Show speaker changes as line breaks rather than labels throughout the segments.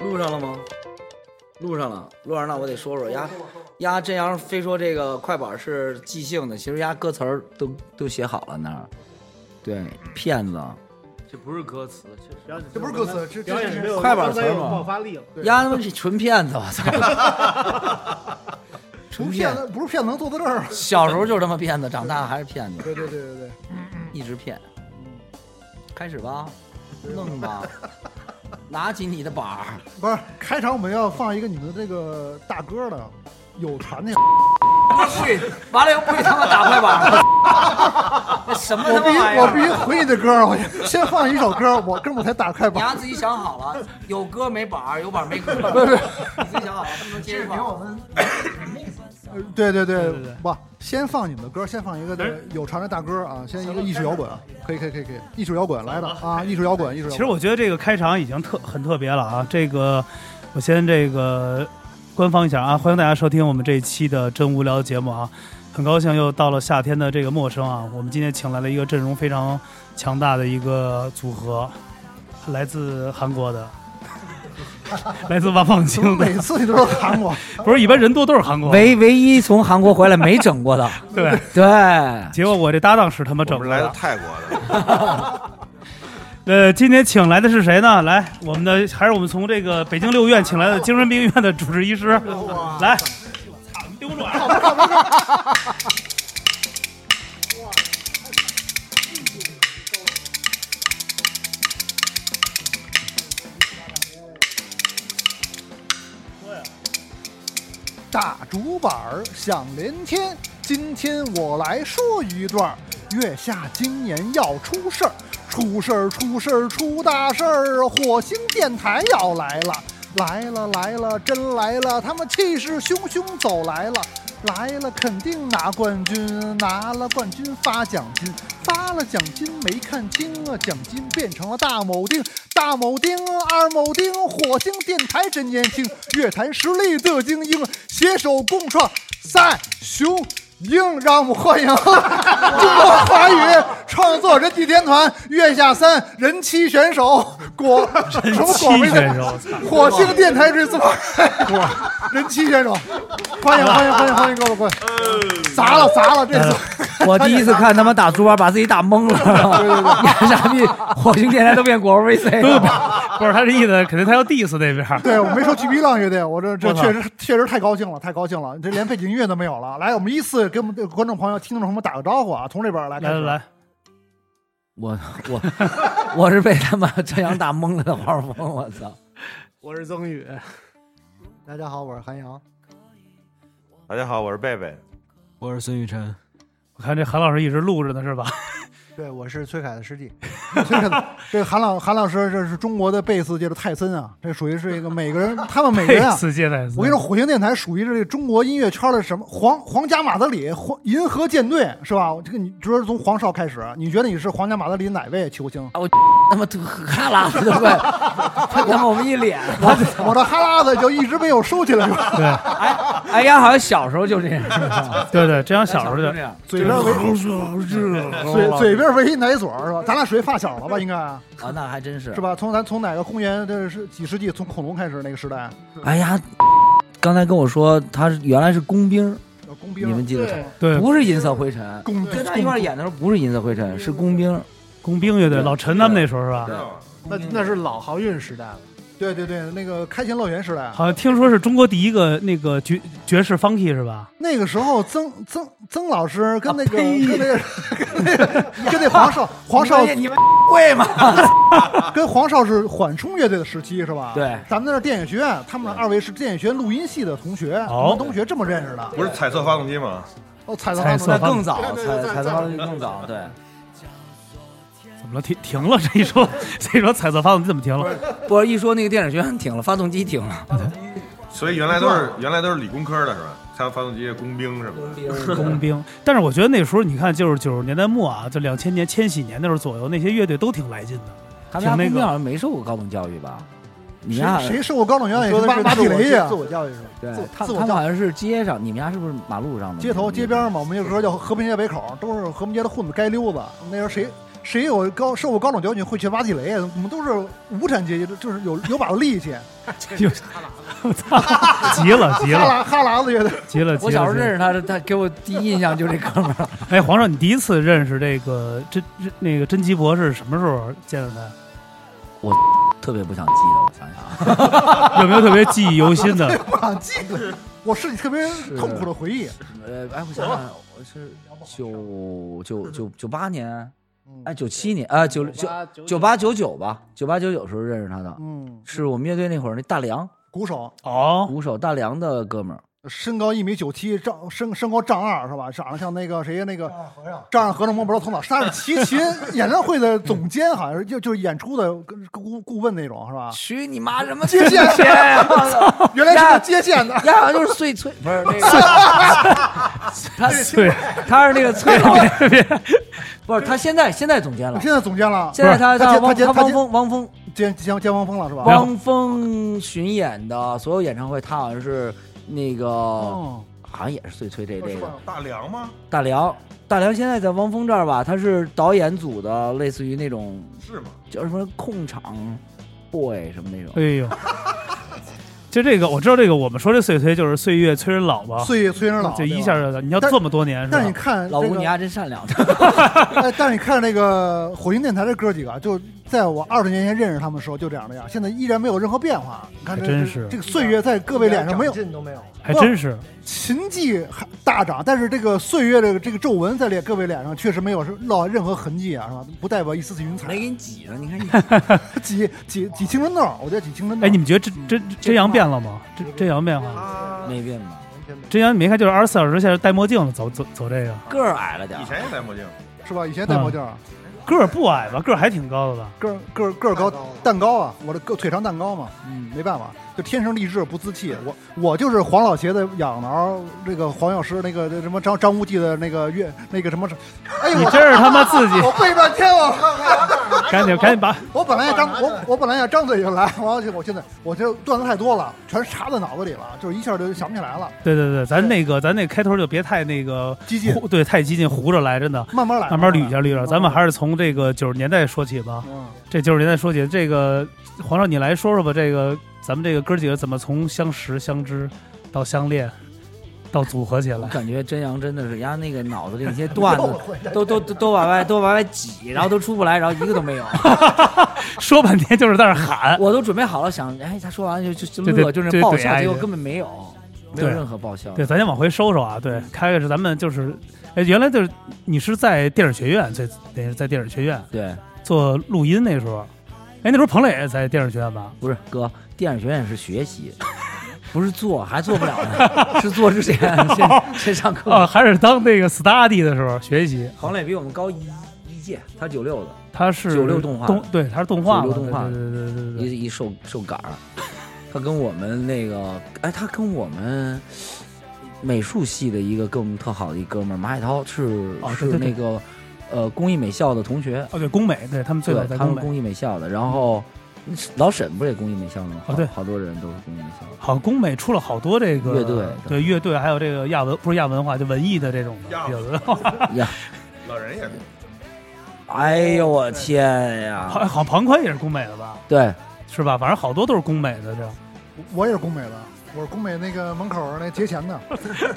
录上了吗？录上了，录上了，我得说说丫丫这样非说这个快板是即兴的，其实丫歌词儿都都写好了那儿。对，骗子，
这不是歌词，这是
表演
这不是歌词，这
表
这
演是没
是
有
快板词儿
刚才有
嘛
爆发力了。
对
丫他妈是纯骗子，我操！
不
纯
是
骗
骗
子，
子，不是骗子能坐到这儿。啊
小时候就是他妈骗子，长大还是骗子，
对对对对对，
一直骗。
嗯
开始吧，弄 吧，拿起你的板儿。
不是开场我们要放一个你们这个大歌的，有传那，
会，完了又不会他妈打快板了， 那什么
我
他
必
妈
须
玩意
我必须
儿？啊
回你的歌，我先放一首歌，我哥们儿才打开
你
吧。
丫自己想好了，有歌没板儿，有板儿没歌， 不是，你自己想好了，不能接受。
们。呃对对对
对哎对，
不，先放你们的歌，先放一个这个有传的大歌啊，先一个艺术摇滚，可以可以可以可以，艺术摇滚来的啊，艺术摇滚，艺术摇滚。
其实我觉得这个开场已经特很特别了啊！这个，我先这个官方一下啊，欢迎大家收听我们这一期的真无聊节目啊！很高兴又到了夏天的这个陌生啊，我们今天请来了一个阵容非常强大的一个组合，来自韩国的， 来自王放
怎么
星的，
每次你都说韩国？
不是一般人多都是韩国的，
唯唯一从韩国回来没整过的，
对，
对，
结果我这搭档是他妈
我
整
们
过
来自
的。
泰国的，
呃，今天请来的是谁呢？来，我们的还是我们从这个北京六院请来的精神病院的主治医师，来，丢不转。
打竹板儿响连天，今天我来说一段儿。月下今年要出事儿，出事儿出事儿出大事儿！火星电台要来了，来了来了，真来了！他们气势汹汹走来了，来了肯定拿冠军，拿了冠军发奖金，发了奖金没看清啊，奖金变成了大铆钉，大铆钉，二铆钉，火星电台真年轻，乐坛实力的精英，携手共创三雄鹰，让我们欢迎 中国华语创作人气天团月下三人妻选手果什么果
七
没
选
的
手，我操
火星电台瑞斯牌，人气选手，欢迎欢迎欢迎欢迎各位各位，砸了砸了，这次
哎
我第一次看他妈打竹板把自己打懵 了，你傻逼，火星电台都变果儿 VC
不
了。
不不是他这意思，肯定他要 diss 那边儿。
对我没说巨逼浪乐队，我这这
我操
确实确实太高兴了，太高兴了，这连背景音乐都没有了。来，我们依次给我们的观众朋友、听众朋友们打个招呼啊，从这边来，
来来来，
我我 我是被他妈张扬打懵了的画风，我操！
我是曾宇，
大家好，我是韩阳。
大家好，我是贝贝。
我是孙雨晨，
我看这韩老师一直录着呢，是吧？
对，我是崔凯的师弟。
这个这个韩老韩老师，这是中国的贝斯界的泰森啊，这属于是一个每个人，他们每个
这
人啊。
次接
嗯
待，
我跟你说，火星电台属于是这个中国音乐圈的什么皇皇家马德里、皇银河舰队是吧？这个你比如说从皇少开始，啊你觉得你是皇家马德里哪位球星？
啊 他妈吐哈喇子都快喷他妈我们一 脸。
我我的哈喇子就一直没有收起来过，
对
哎哎呀，好像小时候就这样，
对对，这样小时候
就
就
这样
嘴边围嘴嘴边唯一奶嘴儿是吧？咱俩属于发小了吧？应该
啊，那还真是
是。吧？从咱从哪个公元这是几世纪？从恐龙开始那个时代，
哎呀，刚才跟我说他是原来是工兵儿，
有工兵，
你们记得
对
对
不是银色灰尘，
工
跟他一块儿演的时候不是银色灰尘，是工兵儿。
工兵乐队老陈他们那时候是吧？
那那是老航运时代了，
对对对，那个开心乐园时代，啊
好像听说是中国第一个那个爵爵士 funky 是吧？
那个时候曾曾曾老师跟那个
啊呸
跟那个跟那个跟那黄 少黄少
你们你 们会吗？
跟黄少是缓冲乐队的时期是吧？
对
咱们那是电影学院，他们二位是电影学院录音系的同学，
哦
我们同学这么认识的。
不是彩色发动机吗？
哦，彩色
彩
大
色
那
作
更早，
对对
才
对
才
在
到更早，对，
怎么了？停停了？这一说 这一说彩色发动机怎么停了？
不是一说那个电影学院停了，发动机停了，
所以原来都是原来都是理工科的是吧？彩色发动机、工兵什么的。
工兵。但是我觉得那时候你看，就是九十年代末啊，就两千年、千禧年那时候左右，那些乐队都挺来劲 的。
他们家
挺那
工
个
兵好像没受过高等教育吧？你呀，
谁谁受过高等教育？
说的
马
是
马
自
地
我
雷呀
自，我教育是吧？
对
自我
他
自
他
我
们
教
好像是街上，你们家是不是马路上的？
街头街边嘛，我们有时候叫和平街北口，都是和平街的混子街溜子。那时候谁谁有高受过高等教育会学挖地雷？我们都是无产阶级，就是有有把力气，
有急了急
哈
了
喇哈喇子觉得
急了急
我小时候
了急了！
认识他，他给我第一印象就这哥们儿。
哎，皇上，你第一次认识这个真真那个真奇博士什么时候见的他？
特别不想记得，我想想啊，
有没有特别记忆犹新 的？
不想啊记得，我是特别痛苦的回忆。
呃，哎，我想想，我是九九九九八年，
嗯
哎，九七年啊，九九九八九九吧，九八九九时候认识他的，
嗯，
是我们乐队那会儿那大梁
鼓手
哦，
鼓手大梁的哥们儿，
身高一米九七，丈身身高丈二是吧？长得像那个谁那个
和尚
丈二和尚摸不着头脑，他是齐秦演唱会的总监，好像是就就是演出的跟顾顾问那种是吧？
去你妈什么啊
接线
天呀！我操
原来是个接线的，
丫好像就是碎催，不是那个，他
对，
他是那个崔老，不是他现在现在总监了，
现在总监了，
现在他
他
他
接
汪
接
他
他
汪
接
峰汪峰
接接接汪峰了是吧？
汪峰巡演的所有演唱会，他好像是那个
哦，
好像也是碎催这类
是
的
吧。
大梁吗？
大梁。大梁现在在汪峰这儿吧，他是导演组的，类似于那种
是吗？
叫什么控场 boy 什么那种
哎。 呦，就这个我知道，这个我们说这岁岁就是岁月催人老吧，
岁岁人老，
就
对
一
吧
下就你要
但
这么多年是
但是你
吧？
看
老
这
吴，
个
你还真善良。
哎，但是你看那个火星电台的哥几个，啊就在我二十年前认识他们的时候就这样的样，现在依然没有任何变化。你看这，
还真是
这个岁月在各位脸上没有
长进都没有，
还真是，
琴技还大涨，但是这个岁月的这个皱纹在脸各位脸上确实没有落任何痕迹啊，是吧？不代表一丝丝云彩
没。给你挤上，你看你
挤挤挤青春痘，我觉得挤青春痘。
哎，你们觉得真真真阳变了吗？真真阳变化
啊
了？
他
没变吧？
完全没有。
真阳你没看，就是二十四小时现在戴墨镜了，走走走这个
个儿矮了点
以
儿。
前也戴墨镜，
是吧？以前戴墨镜儿，
个儿不矮吧？个儿还挺高的吧？
个儿个儿个儿高
蛋糕了，
蛋糕啊，我的个腿长蛋糕嘛，
嗯，
没办法，就天生丽质不自弃。我我就是黄老邪的养挠，这个黄药师那个什么张张无忌的那个乐那个什么，哎呦
你
我
真 是他妈自己，
我背半天我
赶紧赶紧把
我本来也张 我我本来也张嘴就来，完了我现在我这段子太多了，全是插在脑子里了，就是一下就想不起来了，
对对对，咱那个咱那开头就别太那个
激进
胡，对，太激进糊着来，真的。
慢慢来，
慢慢捋一下，捋一下，咱们
慢慢来
还是从这个九十年代说起吧。
嗯
这九十年代说起，这个皇上你来说说吧，这个咱们这个哥几个怎么从相识、相知到相恋，到组合起
我
来？
感觉真阳真的是，丫那个脑子里那些 段子都都都都往外都往外挤，然后都出不来，然后一个都没有。
说半天就是在那儿喊，
我都准备好了，想哎，他说完就就就
对对
乐，就是
对
爆
对
笑，
哎
结果根本没有，没有
对
任何爆笑。
对，咱先往回收收啊。对，开开始咱们就是，哎，原来就是你是在电影学院，最得是在电影学院
对，
做录音那时候，哎，那时候彭磊也在电影学院吧？
不是哥，电影学院是学习， 不是做，还做不了呢， 是做之前先先上
啊，
课。
还是当那个 study 的时候学习，
黄磊比我们高一一届，他九六的，
他是
96动画
动对，他是动画嘛，
96动画
对对对对对对。
一一瘦瘦杆儿，他跟我们那个，哎，他跟我们美术系的一个跟我们特好的一哥们儿马海涛是、
哦对
是
对对
那个呃工艺美校的同学，
哦，对，工美，对他们最早
对，
在
他
工
们
美，
工艺美校的，然后。老沈不是也工艺美校的吗？
哦对
好好多人都是工艺美校的。
好像工美出了好多这个
乐队
对乐队，还有这个亚文不是亚文化，就文艺的这种
亚
的，
文
有的
老人也
哎呦我天
好
呀！
像好像庞宽也是工美的吧，
对，
是吧？反正好多都是工美的这。
我我也是工美的，我是工美那个门口那节钱的，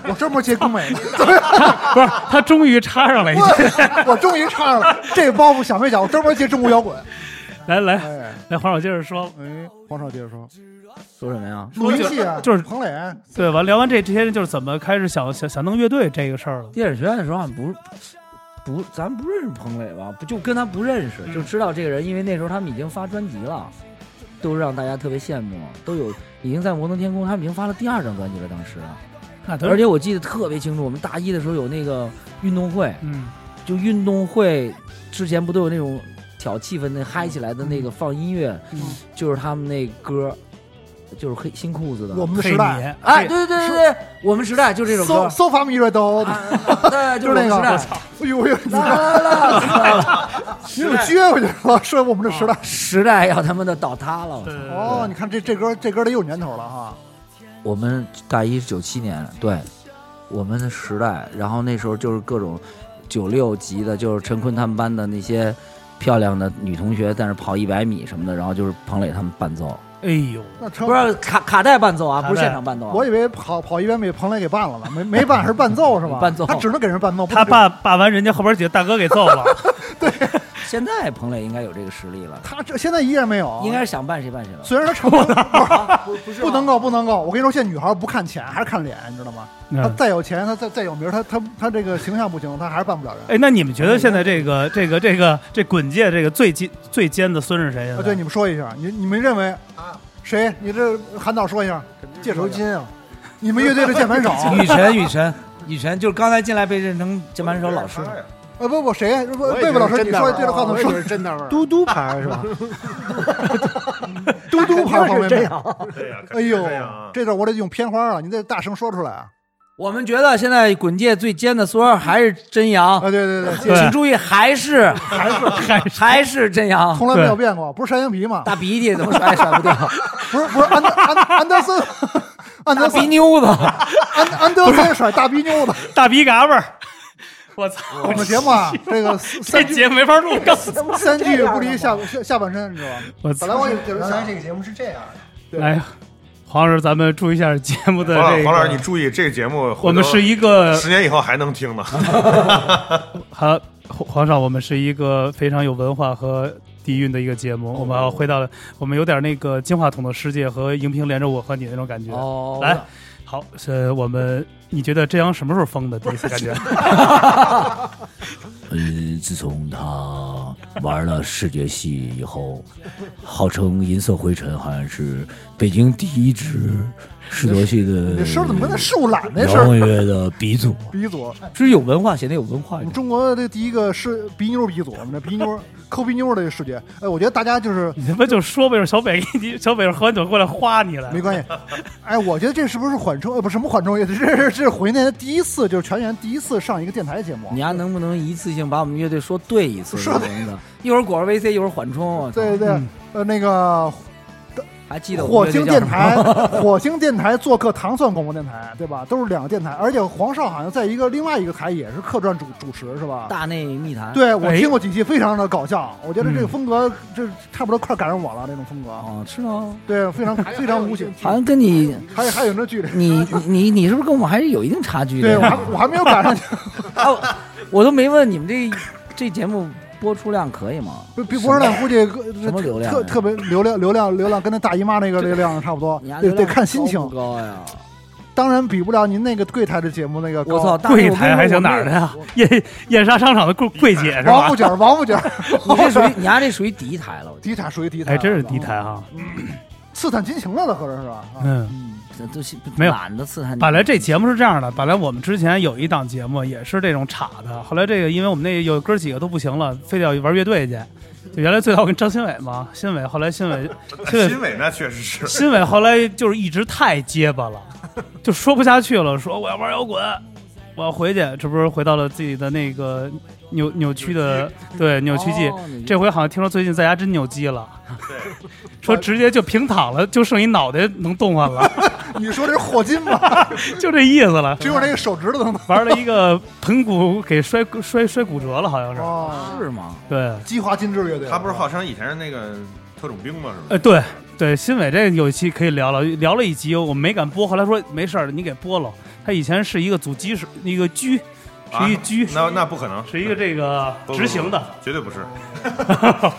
我专门接工美的。
不是，他终于插上了一句，
我我终于唱上了，这包袱想没想？我专门接中国摇滚。
来来
哎
来，黄少接着说，
哎，黄少接着说，
说什么呀？
录音系啊，
就是
彭磊，
对，完聊完这这些人就是怎么开始想想想弄乐队这个事儿了。
电影学院的时候好像不是不，咱不认识彭磊吧？不就跟他不认识，就知道这个人，因为那时候他们已经发专辑了，都让大家特别羡慕，都有已经在摩登天空，他们已经发了第二张专辑了，当时。
那都
而
是
且我记得特别清楚，我们大一的时候有那个运动会，
嗯，
就运动会之前不都有那种挑气氛、那嗨起来的那个放音乐，
嗯
就是他们那歌，就是黑新裤子的。
我们的
配
时代，
你
哎，对对对对对，我们时代就这首歌
搜，搜发米瑞都，哎
啊对，就是我们时
就是那个哎
代。
呦喂，你
啦啦啦啦！
你 有撅回去了，说我们这时代。
时代要他妈的倒塌了！我操
对对对
哦，你看这这歌这歌得有年头了哈，
我们大一九七年，对，我们的时代，然后那时候就是各种九六级的，就是陈坤他们班的那些漂亮的女同学在那跑一百米什么的，然后就是彭磊他们伴
哦
奏，
哎呦，
那成
不是卡卡带伴奏啊，
卡带
不是现场伴奏啊。
我以为跑跑一百米，彭磊给办了呢，没没办是伴奏是吧？
伴奏
他只能给人伴奏。不
他
能给
爸爸完人家后边几个大哥给揍了，
现在彭磊应该有这个实力了，
他这现在依然没有，
应该是想办谁办谁了。
虽然他成功，
不不是啊
不能够不能够。我跟你说，现在女孩不看钱，还是看脸，你知道吗？她
嗯
再有钱，她再再有名，她她她这个形象不行，她还是办不了人。
哎，那你们觉得现在这个这个这个这滚界这个最尖最尖的孙是谁呀
啊，？对，你们说一下，你你们认为啊，谁？你这韩导说一下，介绍
刘
一下
金啊，
你们乐队的键盘手，啊
雨辰，雨辰，雨辰，就是刚才进来被认成键盘手老师，
他呀
呃，不不，谁？不
我也
贝贝老师，你
觉得真大
说
腕
对着话筒
我也觉
说
得，真大腕儿，
嘟嘟牌是吧？嘟嘟牌旁 边没有。
对呀，
哎呦
这样啊，
这段我得用偏花啊，你得大声说出来啊！
我们觉得现在滚界最尖的孙儿还是真
啊，
阳，
对对对，
对
请注意，还是
还是
还是真阳，
从来没有变过，不是单眼皮吗？
大鼻涕怎么甩也甩不掉，
不是不是安德安安德森，安
大
德
鼻
森
妞子，
安安德森甩大逼妞子。
大逼嘎巴儿， 我操，
我们节目 啊，这个
这
三句
节目没法录，
三句不离下下下半身，你知道吗？
我
本
操
来！我有就是
原
想
来这个节目是这样的，
哎呀，黄老师，咱们注意一下节目的
黄老
这个。
黄老师，你注意这个节目，
我们是
一
一个
十年以后还能听呢。
好，皇皇上，我们是一个非常有文化和底蕴的一个节目，我们要回到了我们有点那个金话筒的世界和荧屏连着我和你那种感觉。
哦，
来，好，呃，我们你觉得这样什么时候封的？第一次感觉
呃，自从他玩了世界系以后，号称银色灰尘好像是北京第一支世足系
你
的
声儿怎么 跟那树懒那声
摇
儿？
滚乐的鼻祖，
鼻祖，
就是有文化，显得有文化
我。们中国的第一个是鼻妞鼻祖，我们这鼻妞抠鼻妞的世界。哎，我觉得大家就是
你他妈就说呗，小北，你 小北喝完酒过来花你了
没。关系。哎，我觉得这是不是缓冲？呃，不，什么缓冲？这是这是回那第一次，就是全员第一次上一个电台节目。
你丫能不能一次性把我们乐队说对一次？说对的，一会儿果儿 VC，一会儿缓冲，我操！
对对，呃，那个
还嗯记得我
火
们乐
星
队叫
电
什么
台， 火星电台做客糖蒜广播电台，对吧？都是两个电台，而且黄少好像在一个另外一个台也是客串主主持，是吧？
大内密谈。
对，我
哎
听过几期，非常的搞笑。我觉得这个
嗯
风格，这差不多快赶上我了，这种风格，啊
哦，是吗？
对，非常非常无形，
好像跟你
还有还有那距离，
你你你你是不是跟我们还是有一定差距的？
对我还我还没有赶上，
啊，我我都没问你们这这节目播出量可以吗？
比比博士蛋估计什
什么流量
特
呀
特别流量流量流量跟那大姨妈那个流量差不多
你丫，
得
流
得
量
看心情
高，不高呀！
当然比不了您那个柜台的节目那个高。
我操，大内
柜台还行哪儿的？呀？ 燕燕莎商场的柜柜姐是
王
吧
府？井儿，王府井儿，
我 跟你说你这属于你丫这属于敌台了，我
敌台属于敌台，
哎，真是低台哈。
刺探亲情来了，合着是 吧？啊
嗯。
这都是
没有
懒得刺探你。
本来这节目是这样的，本来我们之前有一档节目也是这种岔的，后来这个因为我们那有哥几个都不行了，非得要玩乐队去。就原来最早我跟张新伟嘛，新伟后来新伟对
新伟那确实是，
新伟后来就是一直太结巴了，就说不下去了，说我要玩摇滚，我要回去，这不是回到了自己的那个扭扭曲的对扭曲季。
哦你
这回好像听说最近在家真扭机了，说直接就平躺了，就剩一脑袋能动弹 了，
你说这是霍金吧？
就这意思了。
只有那个手指头能
玩了一个盆骨给摔摔摔骨折了，好像是。
哦，
是吗？
对，
激化金枝乐队，啊
他不是号称以前是那个特种兵吗？是
呃，
吧？
对对，新伟这有一期可以聊聊，聊了一集，我没敢播，后来说没事儿，你给播了。他以前是一个组鸡是一个狙，是一
啊
狙，
那那不可能，
是一个这个
不
呃执行的，，
不不绝对不是，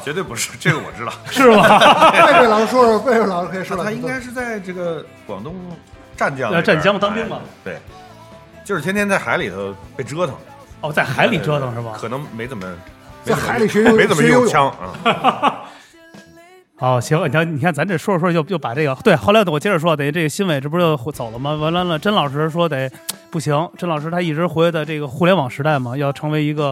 绝对不是，这个我知道。
是吧？
贝贝老师说说，贝贝老师可以说
那
了，
他应该是在这个广东湛江
呃
那边
湛江当兵嘛
哎对，就是天天在海里头被折腾，
哦，在海里折腾是吧？
可能没怎么
在海里学游
没怎么
学游
用
泳，
枪啊。嗯
哦，行，你看，你看，咱这说着说着就就把这个对，后来我接着说，得这个新伟这不就走了吗？完了了，甄老师说得不行，甄老师他一直活跃在这个互联网时代嘛，要成为一个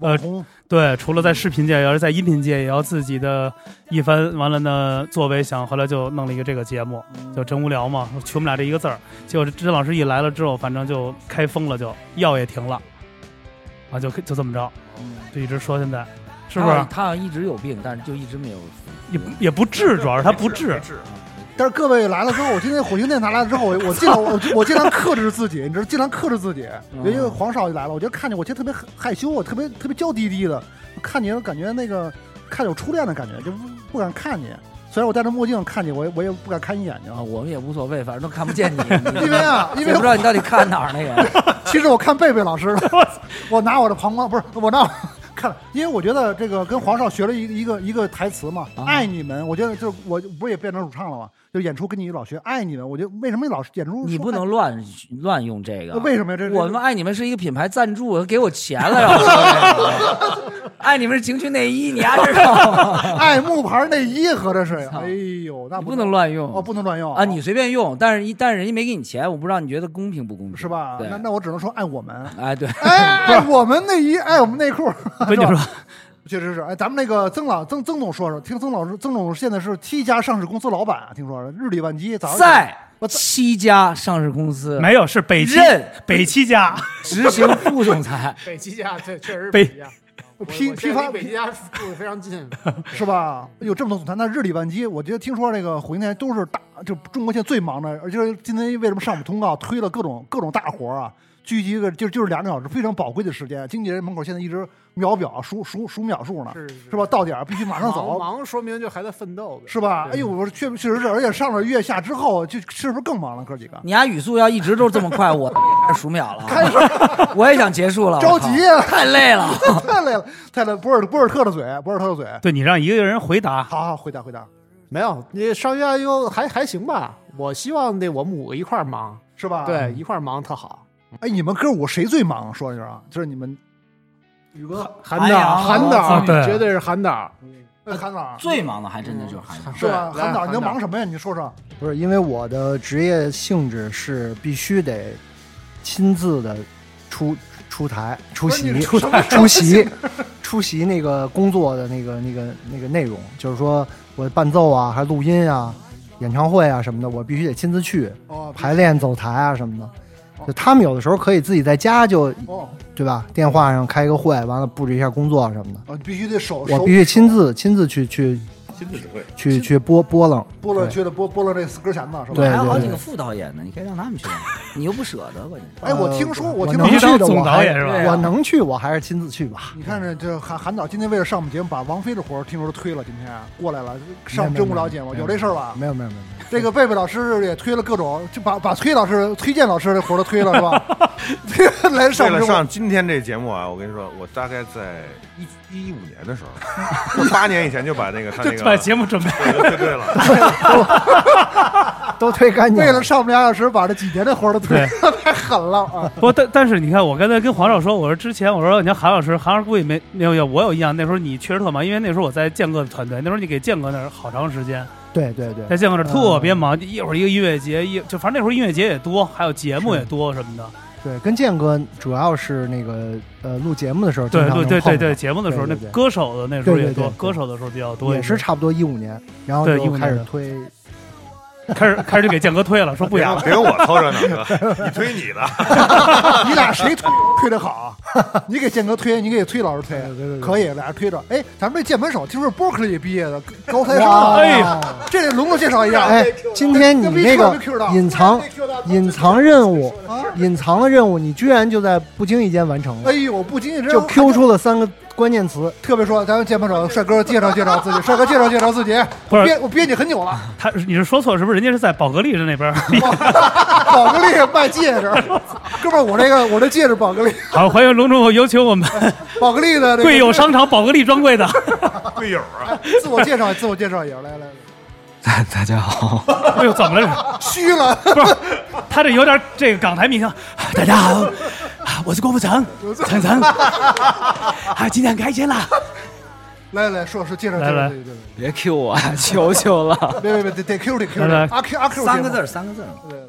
呃
红
对，除了在视频界，也要是在音频界，也要自己的一番。完了呢，作为想，后来就弄了一个这个节目，就真无聊嘛，取我们俩这一个字儿。结果这甄老师一来了之后，反正就开封了就，药也停了，啊，就就这么着，就一直说现在，是不
他好
是
像？他好像一直有病，但是就一直没有
也不也不治，主要是他不治
没，治，
但是各位来了之后，我今天火星电台来了之后，我我尽量我我尽量克制自己，你知道，尽量克制自己。因为黄少就来了，我觉得看见我其实特别害害羞，我特别特别娇滴滴的，看见感觉那个看见有初恋的感觉，就不不敢看你。虽然我戴着墨镜看你，我也我也不敢看你眼睛
啊，。我们也无所谓，反正都看不见你，
因为啊，因为
也不知道你到底看哪儿那个。
其实我看贝贝老师 了，我拿我的膀胱不是我 拿我看了，因为我觉得这个跟黄少学了一一个一个台词嘛，
啊
爱你们，我觉得就是我不是也变成主唱了吗？就演出跟你老学爱你们，我觉得为什么老是演出说
你不能乱乱用这
爱
个。
为什么呀？这
我们爱你们是一个品牌赞助，给我钱了让我说这 个。爱你们是情趣内衣，你还知道吗？
这爱木牌内衣合着是，
操
哎呦，那
你
不
不能乱用
哦，不能乱用
啊！你随便用，但是一但是人家没给你钱，我不知道你觉得公平不公平，
是吧？
对
那，那我只能说爱 我们，
哎对，
哎，爱我们内衣，爱我们内裤，
我跟你 说，
确实是。哎，咱们那个曾老曾曾总说说，听曾老师曾总现在是七家上市公司老板，听说日理万机，早上
在
我操
七家上市公司
没有是北七
任
北七家，
执行副总裁，
北极家对，确实是
北
北极家。我
批
我现在
批发
离北极家住的非常 近，
是吧？有这么多总裁，那日理万机，我觉得听说这个火星电台都是大，就中国现在最忙的，而且今天为什么上午通告推了各种各种大活啊，聚集一个就就是两个小时，非常宝贵的时间。经纪人门口现在一直秒表数数数秒数呢，
是是
是吧？到点儿必须马上
忙
走，
忙说明就还在奋斗呗。
是吧？哎
对
呦，我说确确实是，而且上了月下之后，就是不是更忙了？哥几个
你俩语速要一直都这么快，我 数秒了，我也想结束了，
着
我靠
急啊呀
太累 了。
太累了，太累了。博尔博尔特的嘴，博尔特的嘴，
对你让一个人回答，
好好回答回答，
没有，你上月又还还行吧。我希望那我们五个一块儿忙，
是吧？，
对，一块儿忙特好。
哎，你们哥五谁最忙？说一声啊，就是你们
宇哥，韩
韩
导，
阳
韩
啊
导，
对
绝对是韩导，
哎韩导
最忙的还真的就是韩导，
是吧？
对
韩导，
来
你能
韩导
忙什么呀？你说说。
不是因为我的职业性质是必须得亲自的出出台出
不是
席
你出台
出席 出席那个工作的那个那个那个内容，就是说我伴奏啊，还录音啊，演唱会啊什么的，我必须得亲自去
哦，
排练、走台啊什么的。就他们有的时候可以自己在家就
哦
对吧，电话上开个会，完了布置一下工作什么的。
哦，你必须得手
我
手
必须亲自亲自去去
亲自指挥。
去去拨拨楞，
拨了去了拨拨了这四根弦子是吧？
对
还有好几个副导演呢，你该让他们去，你又不舍得吧？你
哎，我听说，
呃
我听
能
说
必须当
去的
总
我
导
还
演是吧？
对啊
我能去，我还是亲自去吧。
你看这这韩韩导今天为了上我们节目，把王菲的活儿听说都推了，今天过来了，上我们真无聊节目，
没
有
有
这事儿吧？
啊没有没有没有没有，
这个贝贝老师也推了各种，就把把崔老师、崔健老师的活儿都推了是吧？ 推了来上
为
我们这
了上今天这节目啊，我跟你说，我大概在一一五年的时候，八年以前就把那个他那
就
个
把节目 准备。
对对了，
都推干净了。
为了上我们俩小时，把这几年的活儿都推了，太狠了啊！
不过，但但是你看，我刚才跟黄少说，我说之前我说你看韩老师，韩老师估计没没有我有印象，那时候你确实特忙，因为那时候我在建哥的团队，那时候你给建哥那儿好长时间，
对对对
在建哥那儿特别忙，一会儿一个音乐节，一就反正那会儿音乐节也多，还有节目也多什么的。
对，跟建哥主要是那个呃录节目的时候，
对
经常
对
能
对
碰
对对，
到
节目的时候，那
对对对
歌手的那时候也
对
多
对，对
歌手的时候比较多，
也是差不多一五年，然后
对
就
15
开始
年
推。
开始开始就给建哥推了，说 不
别
演
让
了。
别跟我凑热闹，你推你的，
你俩谁推推的好啊？你给建哥推，你给崔老师推，可以，俩人推着。哎，咱们这键盘手听说是伯克利毕业的，高材生啊，
哎
呀
这得隆重介绍一下。
哎，今天你
那没
那
Q 到
个
没 Q 到
隐藏隐藏任务，隐藏的任务，你居然就在不经意间完成
哎
了，
呦，我不经意之
就
间
Q 出了三个关键词。
特别说，咱们键盘手帅哥介绍介绍自己，帅哥介绍介绍自己。
不是
我憋我憋你很久了，
他你是说错，是不是？人家是在宝格丽的那边，
宝格丽卖戒指，哥们儿，我这个我这戒指宝格丽，
好，欢迎隆重有请我 们
宝格丽的这个
贵友商场宝格丽专柜的。
队友啊，
自我介绍自我介绍一下，来来来，
大 大家好，
哎呦，怎么了？
虚了，
不是，他这有点这个港台明星。大家好，啊我是郭富城，程程。啊，今天很开心啦。
来来说说介绍介
来
绍
来
自己，对对
别 Q 我，啊 求求了。
别别别得得 Q 得 Q
来
得
来
阿 Q 阿 Q
三个字儿，三个字儿，
对，对对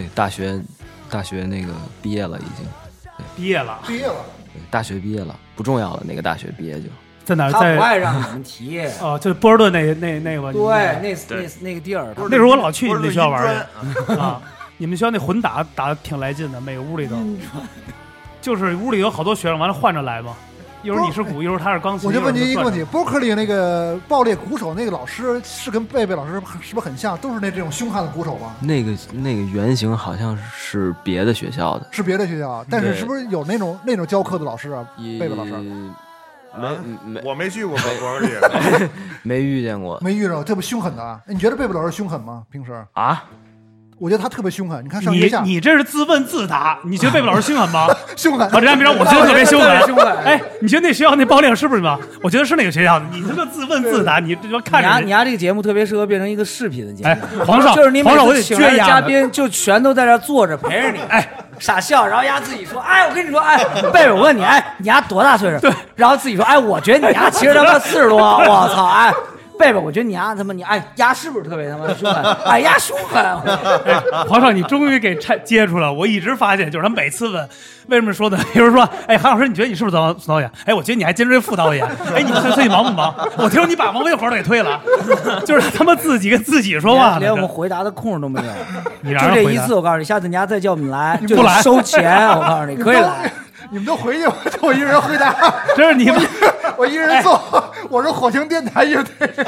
对，大学，大学那个毕业了已经，
毕业了，
毕业了，
对大学毕业了，不重要了，哪个大学毕业就
在哪儿？
他不
啊在
爱让你们 提。
哦，就是波士顿那那那个吧。你们
对，那那那个地儿，
那时候我老去你们
不
那
是
学校玩
一
儿
专
去 啊。你们学校那混打
嗯
打得挺来劲的，每个屋里头，就是屋里有好多学生，完了换着来嘛。一会儿你是鼓，一会儿他是钢琴。
我就问您
一会
一个
儿
问
是
题：伯克利那个爆裂鼓手那个老师是跟贝贝老师是不是很像？都是那这种凶悍的鼓手吗？
那个那个原型好像是别的学校的，
是别的学校，啊但是是不是有那种那种教课的老师啊？
也
贝贝老师
没没
我没去过伯伯克利，
没遇见过
没遇着特别凶狠的啊？你觉得贝贝老师凶狠吗？平时
啊，
我觉得他特别凶狠。你看上
你
学下
你这是自问自答，你觉得贝贝老师凶 狠吗？
凶
啊，
狠，
这让别人我觉得特别凶狠。
凶狠
哎，你觉得那学校那爆裂是不是吗？我觉得是那个学校的。你他妈自问自答，你这他妈看
你丫你啊
着人。
丫这个节目特别适合变成一个视频的节目。
哎，皇上，
就是你每
皇上，我得
次请来
撅
的
牙。
嘉宾就全都在这儿坐着陪 着你，
哎，
傻笑，然后丫自己说，哎，我跟你说，哎，贝贝，我问你，哎，你丫多大岁数？对，然后自己说，哎，我觉得你丫其实他妈四十多，我操，哎。贝贝，我觉得你丫他妈你哎丫是不是特别他妈凶狠？哎丫凶狠，
哎，皇上，你终于给拆接出来。我一直发现，就是他每次问，为什么说呢？比如说，哎，韩老师，你觉得你是不是导导演？哎，我觉得你还兼职副导演。哎，你最近忙不忙？我听说你把王威活儿给退了，就是他妈自己跟自己说话呢。
连我们回答的空儿都没有。
你
就
让人
这
回
一
答
次，我告诉你，下次你丫再叫我们来，
不
就
来
收钱。我告诉 你，可以来。
你们都回去，我 就我一人回答，
真是你们
我一人做， 我是火星电台一人对着。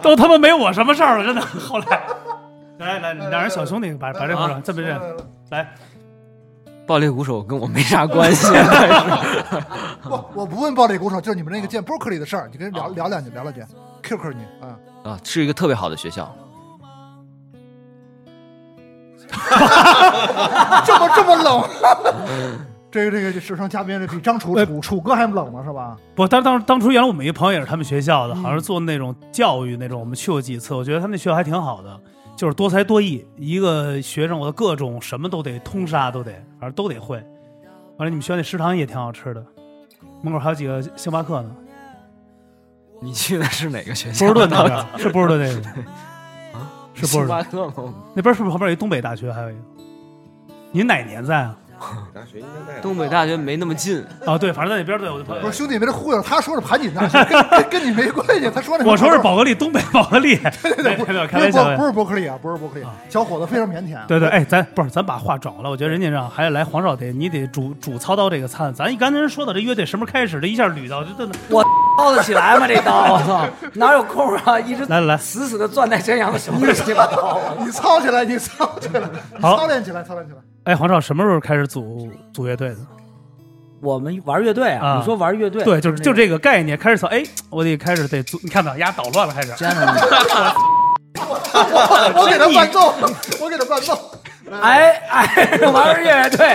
都他妈没我什么事儿了，真的。后来，来来，两人小兄弟把把这合上，这么这样来，
爆裂鼓手跟我没啥关 系。
不，我不问暴力鼓手，就是你们那个建伯克利的事儿，你跟聊聊两句，聊两句，QQ 你啊。
啊，是一个特别好的学校，
这么这么冷。这个这个时尚嘉宾，这比张楚
呃
楚楚哥还冷呢，是吧？
不，当当当初原来我们一朋友也是他们学校的，好像是做那种教育那种，我们去过几次，我觉得他们那学校还挺好的，就是多才多艺，一个学生我的各种什么都得通杀，都得反正都得会。完了，你们学校那食堂也挺好吃的，门口还有几个星巴克呢，
你去的是哪个学校？
波士顿那边是波士顿那个，是波士
星
顿
巴克吗？
那边是不是旁边有一东北大学，还有一个？您哪年在啊？
大学应该在
东北大学没那么近，
啊，对，反正在那边对我的朋友
不是。兄弟，别忽悠，他说是盘锦大学，跟跟跟你没关系。他说那
我说是宝格丽，东北宝格丽，对对
不
对，开玩
不是
笑
伯不
的。
是伯克利啊，不是伯克利
啊，
小伙子非常腼腆。
啊
对对，哎，咱不是，咱把话转过来，我觉得人家让还是来黄少得，你得主主操刀这个餐。咱一刚才人说到这乐队什么时候开始，这一下捋到，这这
我 掏得起来吗？这刀，我操，哪有空啊？一直
来来来
死死的攥在沈阳的手里，这把刀。
你操起来，你操起来，你
好
操练起来，操练起来。
哎，黄少什么时候开始组组乐队的？
我们玩乐队
啊
啊，你说玩乐队，
对，就是就
这
这个概念开始操，哎，我得开始得组，你看到丫捣乱了，开始。
我给他伴奏，我给他伴奏，
个，哎哎， 玩乐队。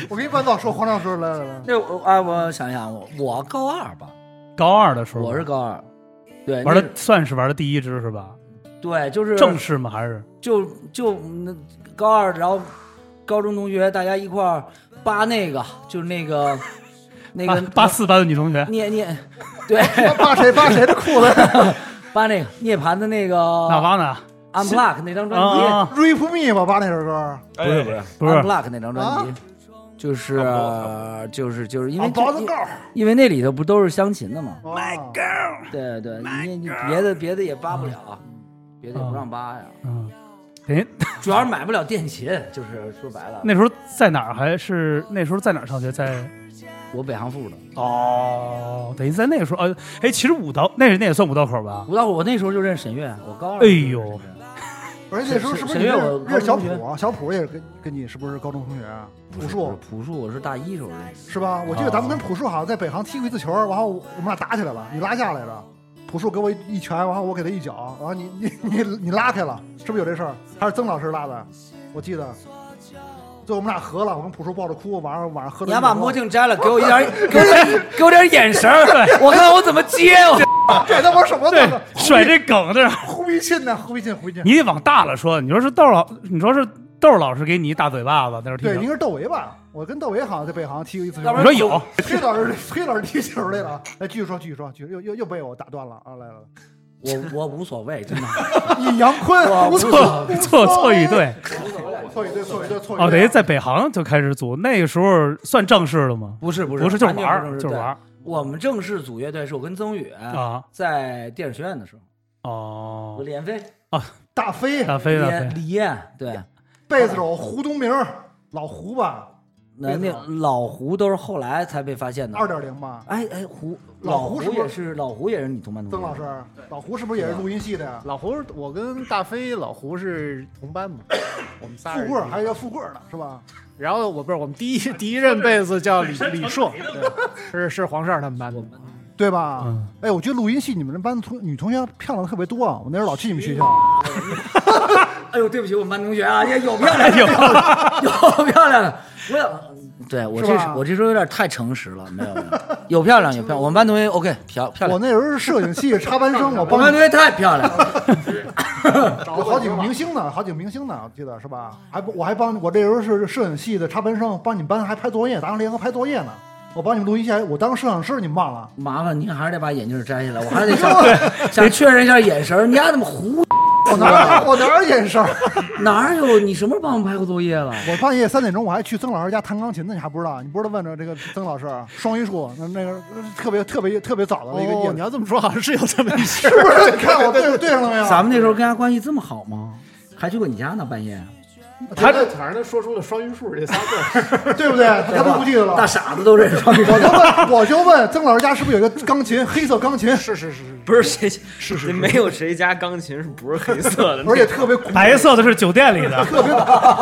我给你伴奏。说黄老师，来来来，
那我啊，我想想，我我高二吧，
高二的时候，
我是高二，对，
玩
那
的算是玩的第一支是吧？
对，就是
正式吗？还是
就就那高二，然后高中同学大家一块儿扒那个，就是那个 那
八
个
啊
啊
八四班的女同学？
涅涅， 对，
扒谁扒谁的裤子
扒那个涅槃的那个
哪挖呢？
Unplugged 那张专辑。
啊，啊
，Rip Me 吧，扒那首歌。哦
不是不是，
不是啊
Unblock 那张专辑，就是就是就是因为
啊，包子
因
告
因为那里头不都是湘琴的嘛？
My God。
对对，你你别的别的也扒不了，别的也不让扒呀，
嗯，等于
主要是买不了电琴，就是说白了，
那时候在哪儿？还是那时候在哪儿上学？在
我北航附的，
哦，等于在那个时候，呃，哎，其实五道那那也算五道口吧？
我到我那时候就认识沈月，我高二，
哎呦，
而且那时候是不是
沈沈
你
月
认
我
认识小
高中同
普啊？小普也是跟跟你是不是高中同学啊？朴
我
树
朴树我是大一时候认识，
是吧？我记得咱们跟朴树
哦
好像在北航踢过一次球，然后我们俩打起来了，你拉下来了，朴树给我一拳，然后我给他一脚，然后你 你你你拉开了，是不是有这事儿？还是曾老师拉的？我记得。最后我们俩和了，我跟朴树抱着哭，晚上晚上喝
你
了一
还
宿。
把墨镜摘了，给我一 点给我点给我点眼神 儿，我看我怎么接 我。
这他妈什么
对
的？，
甩这梗这是，
胡逼亲呢？胡逼亲，胡逼亲。
你得往大了说。你说是豆老，你说是豆老师给你一大嘴巴子，那时候
对，
听
应该
着。
是窦唯吧？我跟窦唯好像在北航踢过一次球
要不。
你说有，
崔老师，崔老师踢球来了。哎，继续说，继续说，继续又又又被我打断了啊！来来来。
我我无所谓，真的，
以杨坤，
哇
不
错
错，不
错错语，对
错语对，错语对，错语对。
哦，等于在北航就开始组，那个时候算正式了吗？
不是不是
不是，就是
完全
玩
不
儿，就是
对
玩儿
我们正式组乐队是我跟曾宇
啊。
在电影学院的时候，我
哦，
连飞、
大飞，
大飞大
李
飞，
啊李艳，对，
贝斯手胡东明，老胡吧，
那那老胡都是后来才被发现的。
二点零吧？
哎哎胡
老胡
胡
是不是
也是老胡也是你同班同学。啊
曾老师，
嗯
老胡是不是也是录音系的呀？
老胡，我跟大飞、老胡是同班嘛，我们仨
啊
富
人
贵儿还叫富贵儿呢，是吧？
然后我不是我们第一第一任贝斯叫 李李硕，对是是黄胜他们班的。
对吧？
嗯
哎，我觉得录音系你们那班同女同学漂亮的特别多啊！我那时候老去你们学校，
哎呦，对不起，我们班同学啊，也有漂亮的，有 有漂亮的，没有。对我
是
这
吧
我这时候有点太诚实了，没有没有，有漂亮有漂亮，我们班同学 OK 漂漂
我
亮，
那时候是摄 影系插班生，我
我
帮
们班同学太漂亮了，
有好几个明星呢，好几个明星呢，我记得是吧？还不我还帮我这时候是摄影系的插班生，帮你们班还拍作业，咱们联合拍作业呢。我帮你们录音系，还我当摄影师，你们忘了？
麻烦您还是得把眼镜摘下来，我还得想想确认一下眼神儿，你丫怎么胡
我哪我哪有眼神儿？
哪有？你什么时候帮我们拍过作业了？
我半夜三点钟我还去曾老师家弹钢琴呢，你还不知道？你不知道问着这个曾老师啊双榆树，那那个特别特别特别早的一个夜
哦，你
晚，
要这么说，好像是有这么一 事
是不是？你看我对对上了没有？
咱们那时候跟他关系这么好吗？还去过你家呢，半夜，
他这反正他说出了双榆树这仨字儿，
对不对？他都不记得了
大。傻子都认识双鱼
我就问，我就问曾老师家是不是有个钢琴，黑色钢琴，
是是是是，
不是谁是是没有谁家钢琴是不是黑色的，
而且特别古，
白色的是酒店里的，
特别，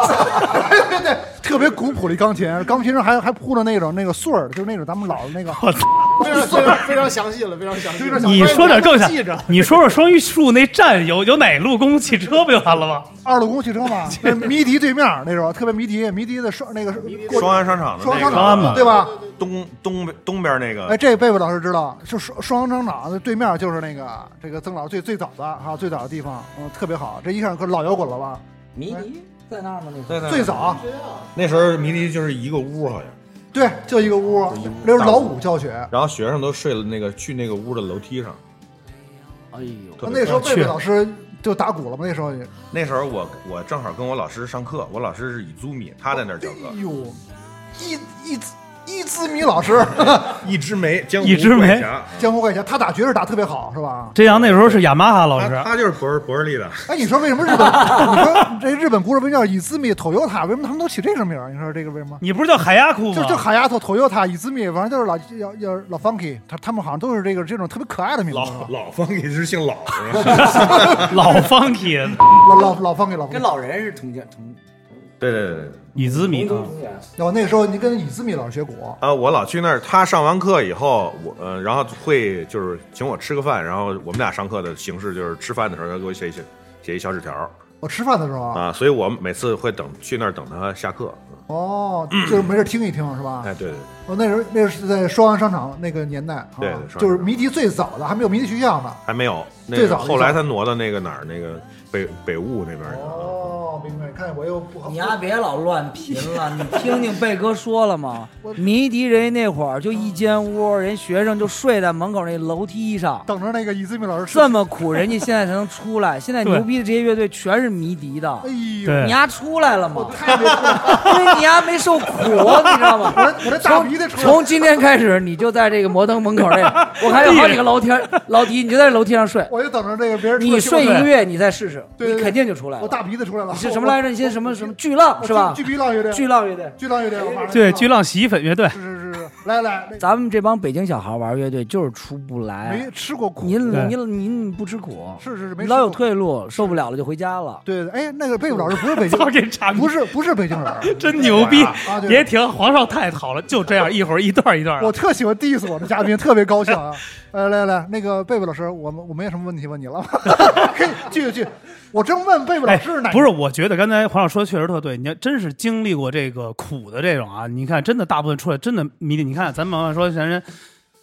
对对对，特别古朴的钢琴，钢琴上还还铺着那种那个穗儿，就是那种咱们老的那 个。
我操！
非常非常非常详细了，非常详细了。
你说点更详
记着，，
你说说双榆树那站有有哪路公共汽车不就完了吗？
二路公汽车嘛，那迷笛对面那时候特别迷笛，迷笛的双那个过
双安商场的
双
那
商
双安
个
嘛
场对吧？
东东东边那个
哎，这贝贝老师知道，就双双商场的对面就是那个这个曾老师最最早的啊最早的地方，嗯，特别好，这一下可老摇滚了吧？
迷笛在那儿吗？那时候
在那
最早
那时候迷笛就是一个屋好像，
对，就一个屋，那时候老五教学。
然后学生都睡了那个去那个屋的楼梯上。
哎呦，
特别
啊那时候
棒
贝贝老师就打鼓了嘛，那时候也，
那时候我我正好跟我老师上课，我老师是以租米，他在那儿教课
哎。呦，一一一兹米老师，
一枝梅，江湖
一枝梅
怪侠
江湖怪侠，他打爵士打特别好，是吧？
真阳那时候是雅马哈老
他
师，
他就是博士博士力的。
哎，你说为什么日本？ 你说这日本鼓手为什么叫以兹米、Toyota？为什么他们都起这个名儿？你说这个为什么？
你不是叫海牙库
就
吗？
啊
就海丫头、Toyota、以兹米，反正就是老要要老 funky，他他们好像都是这个这种特别可爱的名字，是吧
老老方也是姓老是吧？
老 funky
老老老 funky 老 funky
跟。老人是同届同
对对对对
以兹米啊，
同源。
然后那时候你跟以兹米老师学鼓，
啊！我老去那儿，他上完课以后，我呃，然后会就是请我吃个饭，然后我们俩上课的形式就是吃饭的时候，他给我写一写写一小纸条
我吃饭的时候啊，
啊，所以我每次会等去那儿等他下课。
哦，就是没事听一听是吧？
哎，对对
哦，那时候那是在双阳商场那个年代，啊
对对双阳商场
就是迷笛最早的，还没有迷笛学校呢。
还没有，那
最
个
早的一
后来
家
他挪到那个哪儿，那个北北务那边去了。
哦，明白，看我又不 好
你丫、别老乱贫了，你听听贝哥说了 吗？迷笛人那会儿就一间屋，人学生就睡在门口那楼梯上，
等着那个以兹密老师吃
这么苦，人家现在才能出来。现在
对
牛逼的这些乐队全是迷笛的
哎，呦，
你
对，
丫出来了吗？
太没出息了！
因 为你丫没受苦，啊你知道吗？
我 这我这大鼻子出来了，
从今天开始，你就在这个摩登门口这，我还有好几个楼梯，楼梯，你就在楼梯上睡。
哎我就等着这个别人出来
你
吃我
睡一个月，你再试试，
对对
你
对
肯定就出来
我
了。
大鼻子出来了。
你是什么来着？你先什么什么巨浪是吧
巨？巨逼浪乐队，
巨浪乐队。
巨浪乐队，我马上
对，
就
巨浪洗衣粉乐队，
是是是是，来来，那
咱们这帮北京小孩玩乐队就是出不来
没，吃过苦，
您
对
您您不吃苦，
是是是，
你
没吃
老有
过。
退路，受不了了就回家 了。
对对，哎，那个贝贝老师不是北京，
操这傻逼
不是不是北京人，
真牛逼
啊！对
别停，皇上太好了，就这样，一会儿一段一段的。
我特喜欢 diss 我的嘉宾，特别高兴啊！来来来，那个贝贝老师，我们我没有什么问题问你了，可以继续继续。我正问贝贝老
哎
师哪、，
不是，我觉得刚才黄老师说的确实特对。你要真是经历过这个苦的这种啊，你看真的大部分出来真的迷弟。你看咱们往说前人，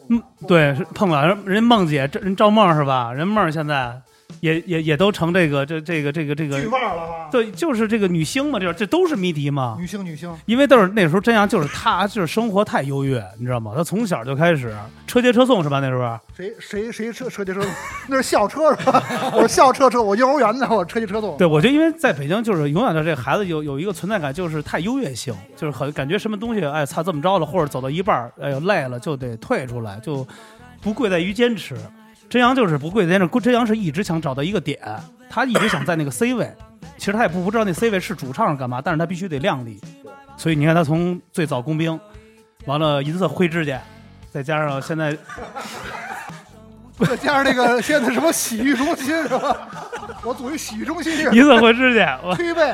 嗯，对，是碰到人人梦姐，这人赵梦是吧？人梦现在也也也都成这个这这个这个这个
巨，腕了啊哈，
对，就是这个女星嘛，这这都是迷笛嘛。
女星女星，
因为都是那时候真阳，就是他就是生活太优越，你知道吗？他从小就开始车接车送是吧？那时候
谁谁谁车车接车送，那是校车是吧？ 我是校车车，我幼儿园的，我车接车送。
对，我觉得因为在北京，就是永远的这个孩子有有一个存在感，就是太优越性，就是很感觉什么东西，哎操这么着了，或者走到一半儿，哎呦累了就得退出来，就不贵在于坚持。真阳就是不贵在坚持，真阳是一直想找到一个点，他一直想在那个 C 位，其实他也不不知道那 C 位是主唱是干嘛，但是他必须得靓丽。所以你看他从最早工兵，完了银色灰指甲，再加上现在
再加上那个现在什么洗浴中心是吧？ 我组一洗浴中心 是
银色灰指甲，我
推背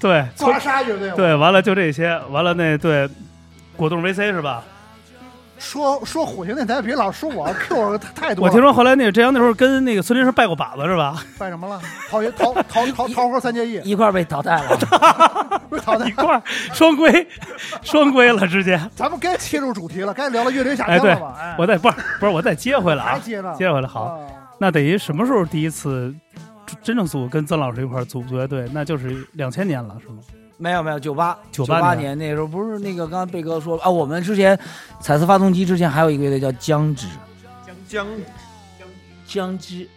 对从
刮痧乐队。，
对，完了就这些，完了那对果冻 VC 是吧？
说说火星电台，别老说我 Q 我太多
我
了。
听说后来那个浙江那时候跟那个孙林是拜过把子是吧？
拜什么了？桃园桃桃桃桃花三结义，
一块儿被淘汰 了。
不是淘汰
一。块儿双规，双规了直接。
咱们该切入主题了，该聊聊乐队下
哎，
乡
对
了吧？哎，
我再不是不是我再接回来
还
啊，
接呢？
接回来好。
啊
那等于什么时候第一次真真正组跟曾老师一块儿组组乐队？那就是两千年了是吗？
没有没有，九八
98
八
年
年那时候不是那个刚才贝哥说了啊，我们之前彩色发动机之前还有一个乐队叫江之，
江
江之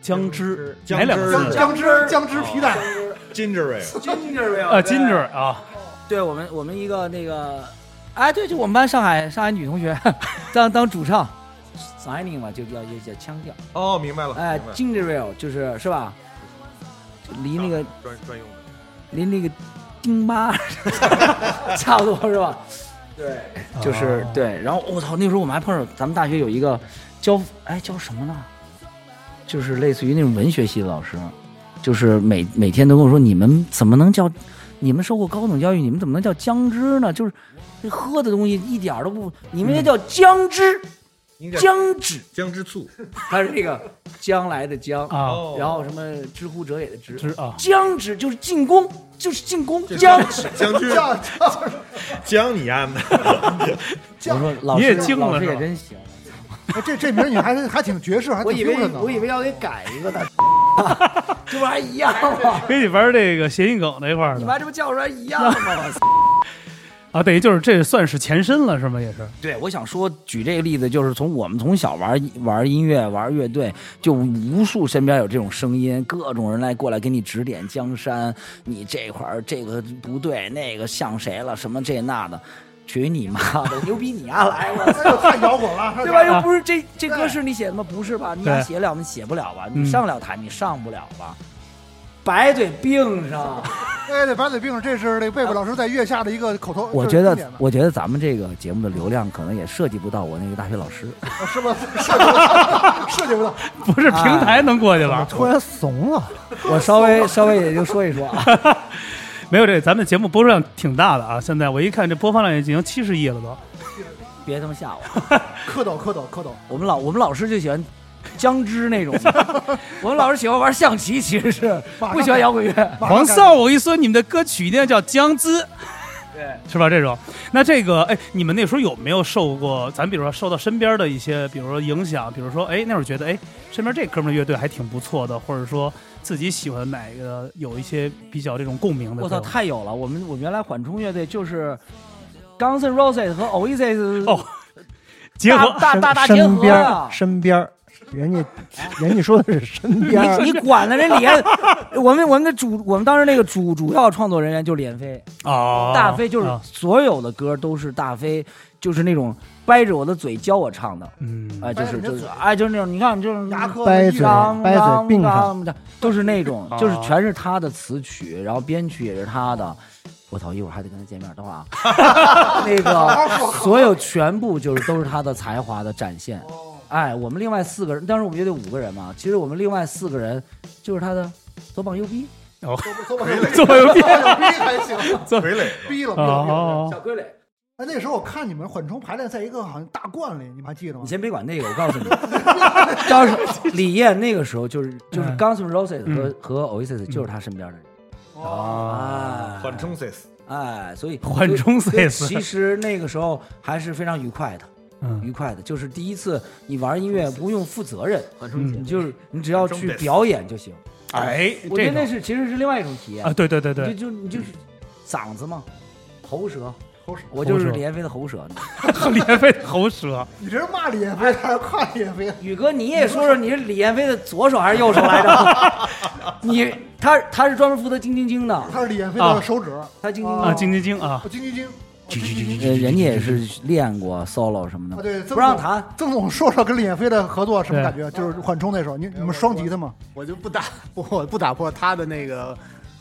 姜汁
姜
哪两
汁
个
儿
字？
姜汁姜汁皮带，
哦
Gingery，
啊，金汁啊，
对我们我们一个那个，哎，对，就我们班上海上海女同学 当当主唱，signing 嘛，就叫就叫腔调，
哦，明白了，
哎
明白了
，gingerel 就是是吧？就离那个
专专用的。
离那个丁妈 差不多是吧？对，就是对。然后我操，那时候我们还碰上咱们大学有一个教哎教什么呢？就是类似于那种文学系的老师，就是每每天都跟我说，你们怎么能叫你们受过高等教育，你们怎么能叫姜汁呢？就是这喝的东西一点儿都不，你们这叫姜汁，
应该
姜汁，
姜汁醋
它是那个将来的姜，
啊，
哦
然后什么知乎者也的知，
汁啊，
姜汁就是进攻，就是进攻姜汁。
将军
姜姜
姜你安的，
我说老
你
师
也惊了
老师
是吧
也真行，
哎这这名儿你还还挺爵士，还
我
挺
以为
Q 的
我以
呢。
为要给改一 个呢，
这玩意儿一样吗？
跟你玩这个谐音梗那一块儿
你
的
妈这不叫出来一样吗？
啊，等于就是这算是前身了是吗？也是
对，我想说，举这个例子，就是从我们从小玩玩音乐、玩乐队，就无数身边有这种声音，各种人来过来给你指点江山，你这块儿这个不对，那个像谁了，什么这那 的，去你妈的，牛逼你丫、来我。
那就哎太摇滚 了，
对吧？
啊
又不是这这歌是你写的吗？不是吧？你
对
想写得了吗？写不了吧？
嗯
你上得了台，你上不了吧？白嘴病上。
哎，对，白嘴病，这是那个贝贝老师在月下的一个口头，
我
就是
觉
经
得
典的，
我觉得咱们这个节目的流量可能也涉及不到我那个大学老 师。
啊是吧？ 设计不到， 设计不到，
不是平台能过去了？
哎
啊
突然怂了，
我稍微稍微也就说一说啊，
没有这，咱们节目播放量挺大的啊！现在我一看这播放量已经七十亿了都，
别他妈吓我！
蝌蚪，蝌蚪，蝌蚪。
我们老我们老师就喜欢姜汁那种， 我们老师喜欢玩象棋，其实是不喜欢摇滚乐。
皇少，我跟你说，你们的歌曲一定要叫姜汁，对，是吧？这种，那这个，哎，你们那时候有没有受过？咱比如说受到身边的一些，比如说影响，比如说，哎，那会儿觉得，哎，身边这哥们儿乐队还挺不错的，或者说自己喜欢哪个有一些比较这种共鸣的
我
歌
操，
手。
太有了！我们我们原来缓冲乐队就是 Guns N' Roses 和 Oasis
哦结合
大大大大结
身
合
边
啊
儿！身边儿，人家人家说的是身边儿
你你管了人李彦，我们我们的主我们当时那个主主要创作人员就是李彦飞。
哦，
大飞就是
啊
所有的歌都是大飞，就是那种掰着我的嘴教我唱的，
嗯，
哎，就
掰着
是
你的
就是
嘴
哎，就是那种你看就是
牙科
掰
一
嘴
张
当
掰嘴并上，
当的，就是那种
啊
就是全是他的词曲，然后编曲也是他的。我操，一会儿还得跟他见面，等会儿啊，那个所有全部就是都是他的才华的展现。哎，我们另外四个人，当时我们乐队五个人嘛，其实我们另外四个人就是他的左膀右臂
左膀右臂，
左膀右臂
左膀右臂还行，
傀儡
逼了逼了逼了。
哦，
小傀儡。
哎，那时候我看你们缓冲排练在一个好像大罐里，你们还记得吗
你？先别管那个，我告诉你， 当时李艳那个时候就是就是
嗯
Guns N' Roses 和、
嗯
和 Oasis 就是他身边的人，哎
缓冲 sis，
哎，所以
缓 冲
所以
sis
其实那个时候还是非常愉快的，
嗯
愉快的，就是第一次你玩音乐不用负责任，你
嗯，
就是你只要去
sis
表演就行。
哎，
我觉
这
得那
种
是其实是另外一种体验
啊，，对对对对
你，就就你就是嗓子嘛，喉舌，
猴屎
我就是
喉舌
李彦飞的喉舌。
连飞的喉舌，
你这是骂李彦飞还是夸李彦飞？
宇哥，你也说说你是李彦飞的左手还是右手来着？ 你他他是专门负责京京京的，
他是李彦飞
啊
的手指
他京京
啊，
京，
京京京啊，
我金金金，
呃，人家也是练过 solo 什么
啊
的，
对，曾总
不让弹。
曾总说说跟李彦飞的合作什么感觉？就是缓冲那时候，你你们双吉他吗？
我就不打不我不打破他的那个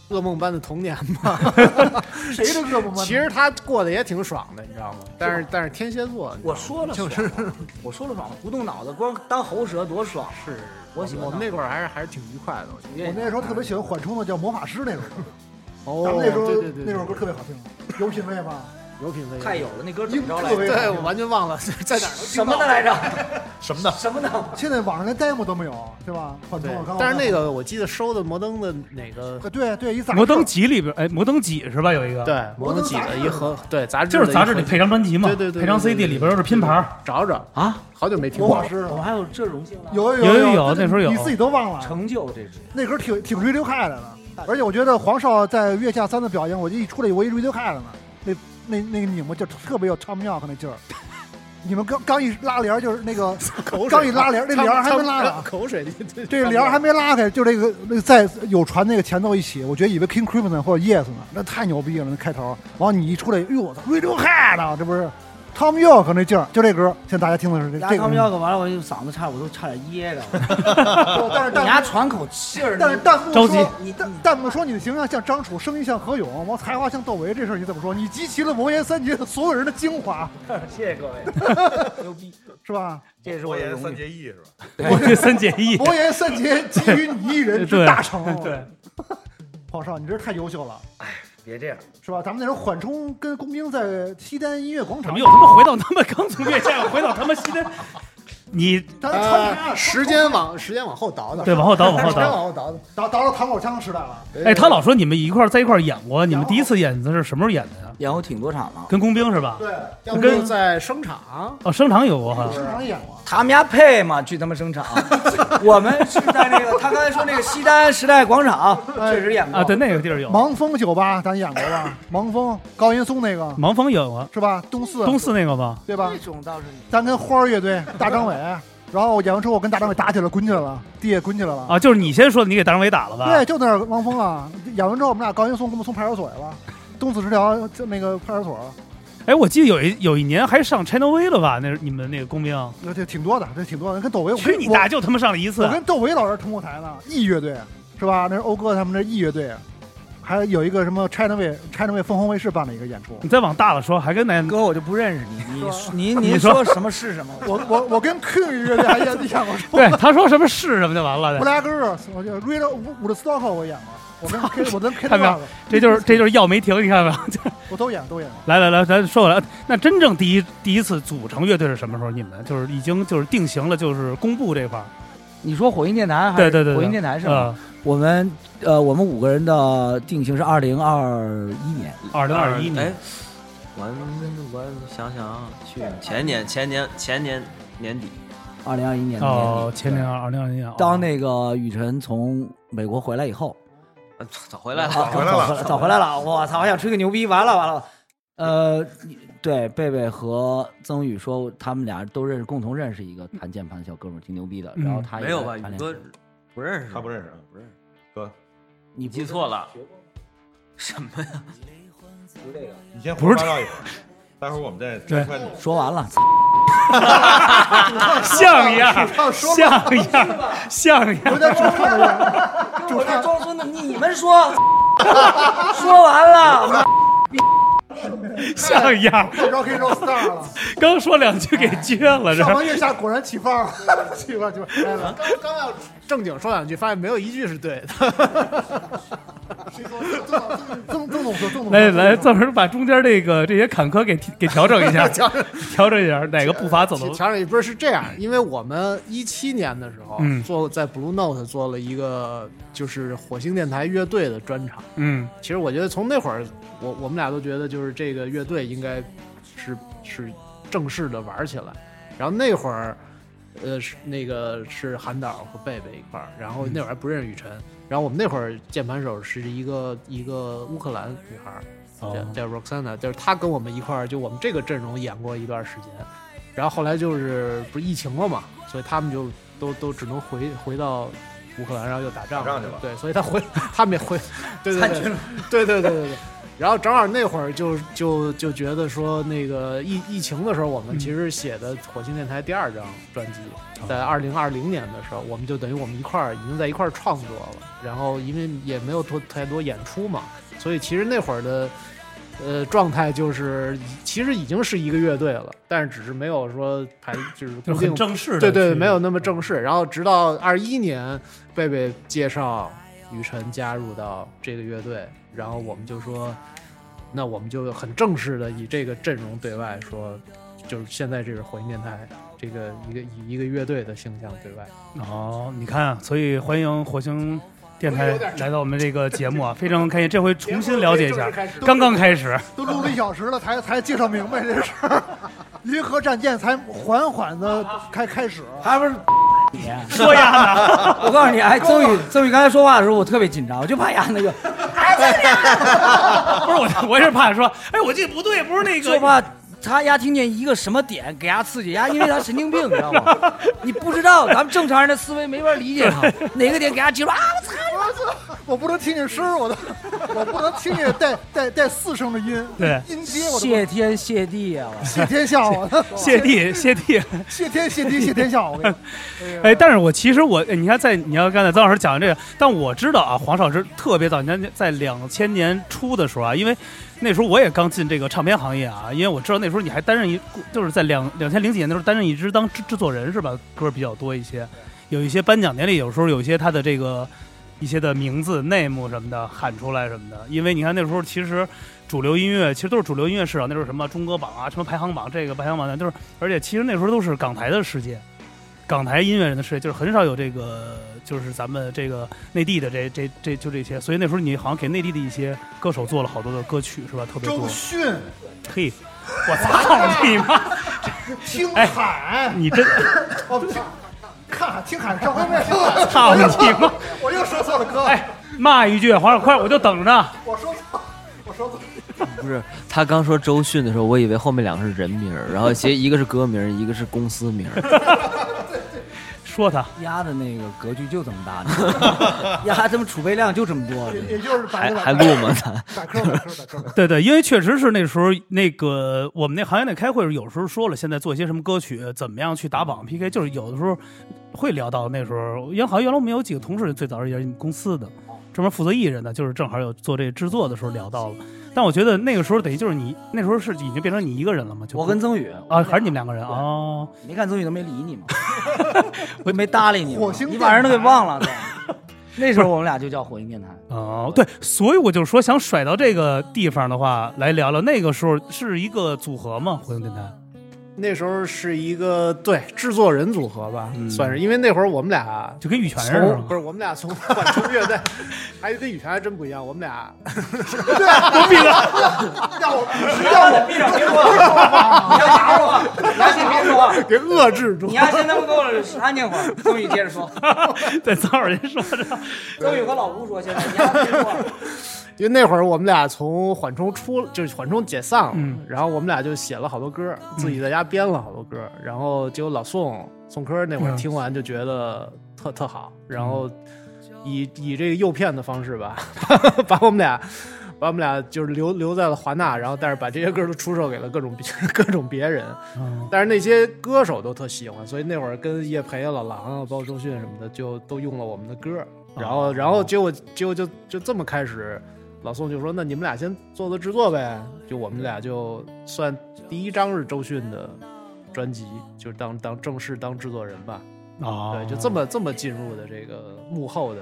噩梦般的童年 吧。
谁都胳膊吗？
其实他过得也挺爽的，你知道吗？但是但是天蝎座，你知道
我
吗
说了
就是
爽啊我说了爽，不动脑子，光当喉舌多爽。
是
我喜欢
我们那会儿还是还是挺愉快的，我觉得。
我那时候特别喜欢缓冲的叫魔法师那首歌，
哦
咱们那时候
对对对，
那首
首
歌特别好听，有品位吗？
有品位，
太有了，那歌怎么着来
英特
着？
别
对我完全忘了在哪儿都
什
听
么
到
的
了。
来着？
什么的？
什么的？
现在网上连 demo 都没有，对吧？缓冲，
对
刚，
但是那个我记得收的摩登的哪个
个呃对对一
《
咋
摩登几》里边，哎，《摩登几》是吧？有一个，，
对摩登
登
几
杂
的
志
一盒，对杂志
就是杂志里
的一盒
配张专辑嘛，
对对对对
配张
对对
CD 里边都是拼盘儿。
找找啊，好久没听
魔
过
法。师
我还有这荣幸呢，
有
有
有
有有那时候有
你自己都忘了。
成就这支。
那歌挺挺 Radiohead 的，而且我觉得黄少在《月下三》的表演，我一出来我一 Radiohead 呢，那那那个拧巴劲儿特别有 Tom y o k 那劲儿。你们刚刚一拉帘儿，就是那个
口水
刚一拉帘儿，那帘儿还没拉呢，
口水，
这帘儿还没拉开，就这个那个在有传那个前奏一起，我觉得以为 King Crimson 或者 Yes 呢，那太牛逼了，那开头。完了你一出来，哎呦我操，Radiohead 啊，这不是 Tom y o k 那劲儿，就这歌，现在大家听的是这
牙
这个
汤。 药可完了，我就嗓子差，我都差点噎着。
但是
你
但
牙
是
喘口气儿，
但是弹幕
着
说
急
你
弹弹幕说你的形象像张楚，声音像何勇，王才华像窦唯，这事儿你怎么说？你集齐了魔岩三杰所有人的精华，
谢谢各位，牛逼！
是吧？
这是
魔
我的
岩
荣
三
誉。
结义是吧？
我这三结义，
魔岩三杰基于你一人之
对
大成。
对，
黄少，你这太优秀了，
别这样，
是吧？咱们那时候缓冲跟工兵在西单音乐 广
怎
场
么，又他妈回到他妈刚从月下回到他妈西单？ 你
咱穿插
呃，时间往时间往后倒倒，
对，往后倒，往后
时间
倒。
往后倒倒。
倒倒到唐口腔时代了。
哎，他老说你们一块儿在一块儿演过，你们第一次演的是什么时候演的呀？
演过挺多场了。
跟工兵是吧？
对，
要不就在声场，
哦，声场有过哈。
市场也演过。
他们家配嘛，去他妈生产。我们是在那个他刚才说那个西单时代广场，确实演过。
啊，对，，那个地儿有。
盲峰酒吧咱演过吧？盲峰高岩松那个
盲峰有啊，
是吧？东四
东四那个吧？
对吧？
这种倒是
咱跟花儿乐队大张伟，然后演完之后我跟大张伟打起来，滚起来了，地下滚起来了。
啊，就是你先说的，你给大张伟打了吧？
对，就那儿汪峰啊，演完之后我们俩高音送我们送派出所去了，东四十条就那个派出所，
哎，我记得有一有一年还上 China V 了吧？那是你们那个工兵，
那这挺多的，这挺多的。跟窦唯，我
去
跟
你大就他妈上了一
我！
次
我。跟窦唯老师同过台呢，E 乐队是吧？那是欧哥他们那 E 乐队，还有一个什么 China 卫 China 卫凤凰卫视办了一个演出。
你再往大了说，还跟那
哥我就不认识你，你你
你
您
说
说什么是什么？
我我我跟 Q 乐队还演演 过
对他说什么是什么就完
布
了。
拉格尔，我就 Real 五五的 Stock 我演过，我跟 K 我跟 K
看到没有这就是这就是药没停，你看到没有？
我都演都演。
来来来，咱说回来，那真正第一第一次组成乐队是什么时候？你们就是已经就是定型了，就是公布这块儿。
你说火云电台还
对
是
对对，对
火云电台是啊吧？
嗯，
我们呃，我们五个人的定型是二零二一年，
二零二一年
哎，我我想想啊，去前年前年前年年底，
二零二一年的哎年
哦
底，
前年二零二一年哦
当那个雨辰从美国回来以后，
呃早早回来了。
啊
回来了
早早回来了，我操，我想吹个牛逼，完了完了，呃，对，贝贝和曾宇说他们俩都认识，共同认识一个弹键盘的小哥们儿，挺牛逼的，
嗯
然后他也
没有吧？
谈
宇
恋
哥
爱
不认识，
他不认识啊
不认识，
你不
记错了。什么呀？
你先
不是
八道一会儿，待会儿我们再
对
展开你。
说完了，
哦像样，
说
像样，像样。
我在主唱这儿，
我在装孙子，你你们说， 说完了，
像样，
然后 K 说 star 了。
刚说两句给撅了，这
上完月下果然起范儿了，起范儿起范儿。来
刚刚要正经说两句，发现没有一句是对的。
来，曾曾总说，曾总说
来来，到时候把中间这个这些坎坷给提给调整一下，
调整
调整一下，哪个步伐 走的
调整不是是这样，因为我们一七年的时候、
嗯
做在 Blue Note 做了一个就是火星电台乐队的专场。
嗯，
其实我觉得从那会儿，我我们俩都觉得就是这个乐队应该是是正式的玩起来。然后那会儿，呃，是那个是韩导和贝贝一块儿，然后那会儿还不认识雨辰。然后我们那会儿键盘手是一个一个乌克兰女孩儿，
哦
叫叫 Roxana，就是她跟我们一块儿，就我们这个阵容演过一段时间。然后后来就是不是疫情了嘛，所以他们就都都只能回回到乌克兰，然后又打仗
打仗去了
对，所以他回他们也回，对对对，对对对对对。然后正好那会儿就就就觉得说那个疫疫情的时候，我们其实写的火星电台第二张专辑，在二零二零年的时候，我们就等于我们一块儿已经在一块儿创作了。然后因为也没有多太多演出嘛，所以其实那会儿的呃状态就是其实已经是一个乐队了，但是只是没有说排就是
就
固
很
定
正式的去，嗯
对对，没有那么正式。然后直到二一年，贝贝介绍雨辰加入到这个乐队，然后我们就说，那我们就很正式的以这个阵容对外说，就是现在这是火星电台这个一个以一个乐队的形象对外。
哦，你看啊，所以欢迎火星电台来到我们这个节目啊，非常开心，这回重新了解一下，刚刚开始，
都录了一小时了，才才介绍明白这事儿。银河战舰才缓缓的开开始，
还不是
说呀呢，
我告诉你，哎，曾 宇，曾宇刚才说话的时候，我特别紧张，我就怕呀那个，
不是我，我也是怕说，哎，我这不对，不是那
就
个，
怕他丫听见一个什么点给丫刺激丫，因为他神经病，你知道吗？你不知道，咱们正常人的思维没法理 解他，哪个点给丫记住啊？我操！
我不能听见声儿，我都我不能听见带带带四声的音，
对
音阶我都不
谢天谢地啊！我
谢天笑啊，
谢地谢地。
谢天谢地谢天笑，我跟你说
哎，但是我其实我，哎你看在你要刚才曾老师讲的这个，但我知道啊，黄少之特别早，你看在两千年初的时候啊，因为那时候我也刚进这个唱片行业啊，因为我知道那时候你还担任一，就是在两两千零几年的时候担任一支当制制作人是吧？歌比较多一些，有一些颁奖典礼，有时候有一些他的这个一些的名字、name 什么的喊出来什么的，因为你看那时候其实。主流音乐其实都是主流音乐市场，那时候什么中歌榜啊，什么排行榜，这个排行榜那都是，而且其实那时候都是港台的世界，港台音乐人的世界，就是很少有这个，就是咱们这个内地的这这这就这些，所以那时候你好像给内地的一些歌手做了好多的歌曲是吧？特别
周
多。
迅、
嘿，我操你妈！
听海，
你真
哦听看听海，上回没有，
操你妈！
我又说错了歌，
哎，骂一句，黄少快，我就等着呢。
我说错，我说错，
不是他刚说周迅的时候，我以为后面两个是人名儿，然后其实一个是歌名儿，一个是公司名儿。
说他
丫的那个格局就这么大，你知道 吗丫他妈储备量就这么多，
也也就是百
还
科
还录吗？咱
百科百科百科，
对对，因为确实是那时候那个我们那行业内开会时候，有时候说了，现在做一些什么歌曲，怎么样去打榜 PK，就是有的时候会聊到那时候，因为好像原来我们有几个同事最早是也是你们公司的，专门负责艺人的，就是正好有做这制作的时候聊到了。但我觉得那个时候等于就是你那时候是已经变成你一个人了嘛，就不
我跟曾宇
啊还是你们两个人哦，
你没看曾宇都没理 你吗？我没搭理你吗，
火星
你
电
把人都给
台
忘了。都 那时候我们俩就叫火星 电台，
哦，对，所以我就说想甩到这个地方的话来聊聊，那个时候是一个组合嘛，火星电台。
那时候是一个对制作人组合吧，
嗯
算是，因为那会儿我们俩
就跟羽泉似的
从
嘛
不，是我们俩从管从乐队， 还跟羽泉还真不一样，我们 俩
让我让我
闭上，别说话，你要打我，来，你别说话，
给遏制住
你。要先他妈给我安静会儿。曾宇接着 说，
对，早点人说着，
曾宇和老吴说，现在你丫别说了。
因为那会儿我们俩从缓冲出，就是缓冲解散了，
嗯
然后我们俩就写了好多歌，自己在家编了好多歌，然后结果老宋宋柯那会儿
嗯
听完就觉得特、特好，然后以以这个诱骗的方式吧，把我们俩。把我们俩就是留留在了华纳，然后但是把这些歌都出售给了各种别 各种别人，
嗯
但是那些歌手都特喜欢，所以那会儿跟叶培啊、老狼啊，包括周迅什么的，就都用了我们的歌。然后，然后结果结果就就这么开始，老宋就说：“那你们俩先做做制作呗。”就我们俩就算第一张是周迅的专辑，就是当当正式当制作人吧。
哦，
对，就这么这么进入的这个幕后的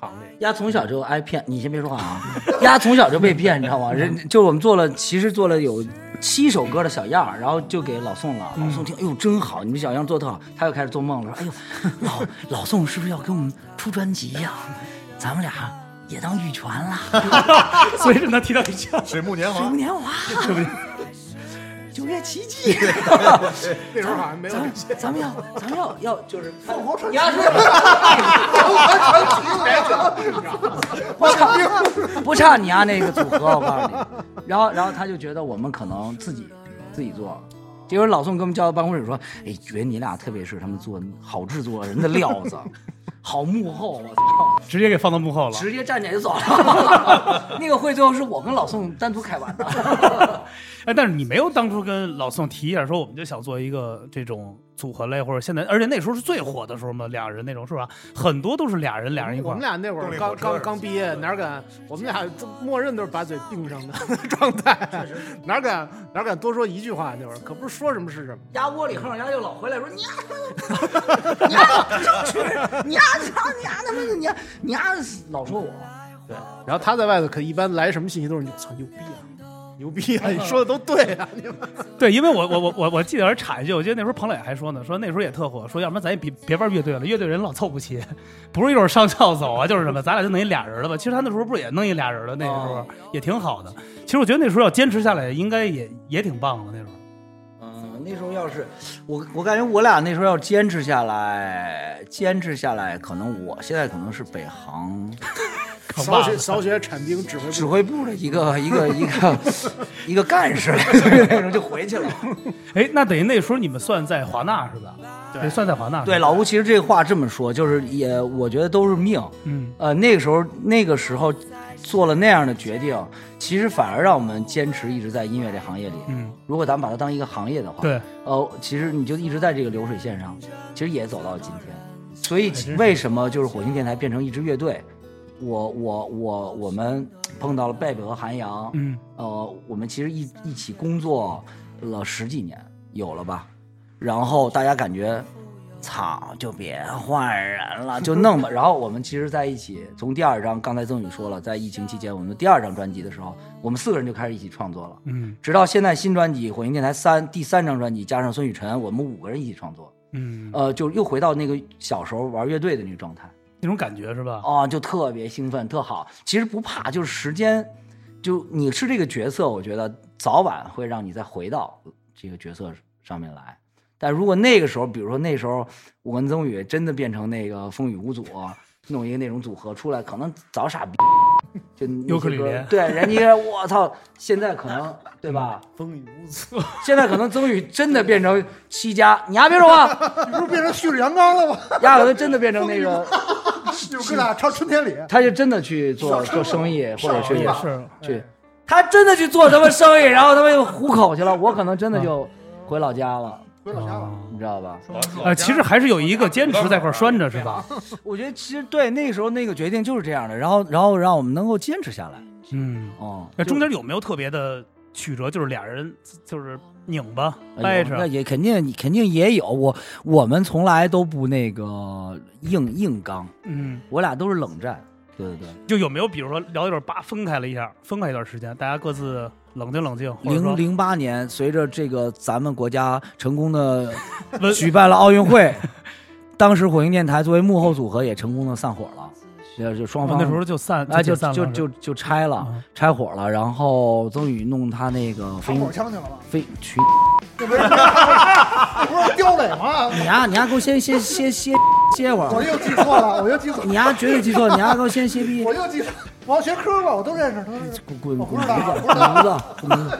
行列。
丫从小就挨骗，你先别说话啊，丫从小就被骗，你知道吗？人就是我们做了，其实做了有七首歌的小样儿，然后就给老宋了。老宋听，哎呦真好，你们小样做得特好，他又开始做梦了，说，哎呦，老老宋是不是要给我们出专辑呀、咱们俩也当玉泉了，
所以是能提到一下。
水木年
水
华
木，年华， 九月奇迹，
那时候好像没有
咱们咱们要咱们要要就是凤
凰传奇
丫说，
我操，
不差你啊那个组合，我告诉你。然后，然后他就觉得我们可能自己自己做，结果老宋给我们叫到办公室说：“哎，觉得你俩特别是他们做好制作人的料子。”好幕后，我操，
直接给放到幕后了。
直接站起来就走了。那个会最后是我跟老宋单独开完的，
哎，但是你没有当初跟老宋提一啊下，说我们就想做一个这种组合类，或者现在，而且那时候是最火的时候嘛，俩人那种是吧？很多都是俩人，俩人一
我
块
们
儿。
俩那会
动
儿
力
刚
火车
刚
是
刚毕业，哪敢？我们俩都默认都是把嘴并上的状态，哪敢哪敢多说一句话？那会儿可不是说什么是什么。
压窝里横，压就老回来说你丫、你丫、你丫、你丫、你丫、他妈的你丫、你丫、老说我，
对，然后他在外头可一般来什么信息都是你操牛逼啊，牛逼啊，你说的都对啊，你们
对，因为我我我我我记得有人插一句，我记得那时候彭磊还说呢，说那时候也特火，说要不然咱也别别玩乐队了，乐队人老凑不齐，不是一会儿上校走啊，就是什么，咱俩就弄一俩人的吧。其实他那时候不是也弄一俩人的，那时候
哦
也挺好的。其实我觉得那时候要坚持下来，应该也也挺棒的那时候。
嗯，那时候要是我，我感觉我俩那时候要坚持下来，坚持下来，可能我现在可能是北航
可
扫
棒
雪
了
扫雪铲冰指挥 部
指挥部的一个一 个一个一个干事，就是 那种就回去了。
哎，那等于那时候你们算在华纳是吧？对，算在华纳。
对，，老吴其实这话这么说，就是也我觉得都是命。
嗯，
呃，那个时候那个时候做了那样的决定，其实反而让我们坚持一直在音乐这行业里。
嗯，
如果咱们把它当一个行业的话，
对，
呃，其实你就一直在这个流水线上，其实也走到了今天。所以为什么就是火星电台变成一支乐队？我我我我们碰到了贝贝和韩阳，
嗯，
呃，我们其实一一起工作了十几年，有了吧？然后大家感觉，操，就别换人了，就弄吧。然后我们其实在一起，从第二张，刚才曾宇说了，在疫情期间，我们的第二张专辑的时候，我们四个人就开始一起创作了。
嗯
直到现在新专辑《火星电台三》第三张专辑，加上孙雨晨，我们五个人一起创作，
嗯，
呃，就又回到那个小时候玩乐队的那个状态
那种感觉是吧？
啊、就特别兴奋，特好。其实不怕，就是时间，就你是这个角色，我觉得早晚会让你再回到这个角色上面来。但如果那个时候，比如说那时候我跟曾宇真的变成那个风雨无阻，弄一个那种组合出来，可能早傻逼，就那些
尤克里
歌
里
对，人家我操，现在可 能对吧？
嗯风雨无阻。
现在可能曾宇真的变成西家，你还别说话，
你不是变成旭日阳刚了吗？
亚可能真的变成那个，
你们哥俩唱春天里，
他就真的去做做生意，或者去
哦也是，
去，他真的去做他妈生意，然后他妈又糊口去了，我可能真的就回老家了，
回老家了。
你知道吧？
哦呃，其实还是有一个坚持在块儿拴着是吧？
我觉得其实对那个时候那个决定就是这样的，然后然后让我们能够坚持下来，
嗯，
哦，
那中间有没有特别的曲折？就是俩人就是拧巴
哎
掰
呦那
扯，
也肯定肯定也有，我我们从来都不那个硬硬刚，
嗯，
我俩都是冷战，对对对。
就有没有比如说聊一段叭分开了一下，分开一段时间，大家各自冷静冷静，或者
零
说
零八年，随着这个咱们国家成功的
温
举办了奥运 会，当时火星电台作为幕后组合也成功的散伙了，就就双
哦
方
那时候就散，
哎就
解散了
就是
吧
就就拆了
嗯，
拆伙了。然后曾宇弄他那个
打
飞
火枪去了吧？
飞去
这不是这不是刁磊吗？
你丫你丫给我先歇歇歇歇会儿，
我
啊
又记错了，我又记错，
你丫绝对记错，你丫给我先歇逼
我，又记错，我要学科吧，我都认识，都是
滚滚
我
滚犊
不知道
子
不
滚
知道
犊子，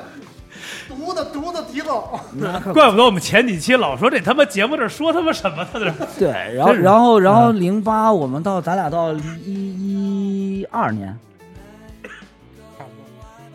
滚犊子
犊子犊子提走。
你丫快滚
怪不得我们前几期老说这他妈节目这说他妈什么，他这
对，然后
真是
然后然后零八我们到咱俩到一一二年，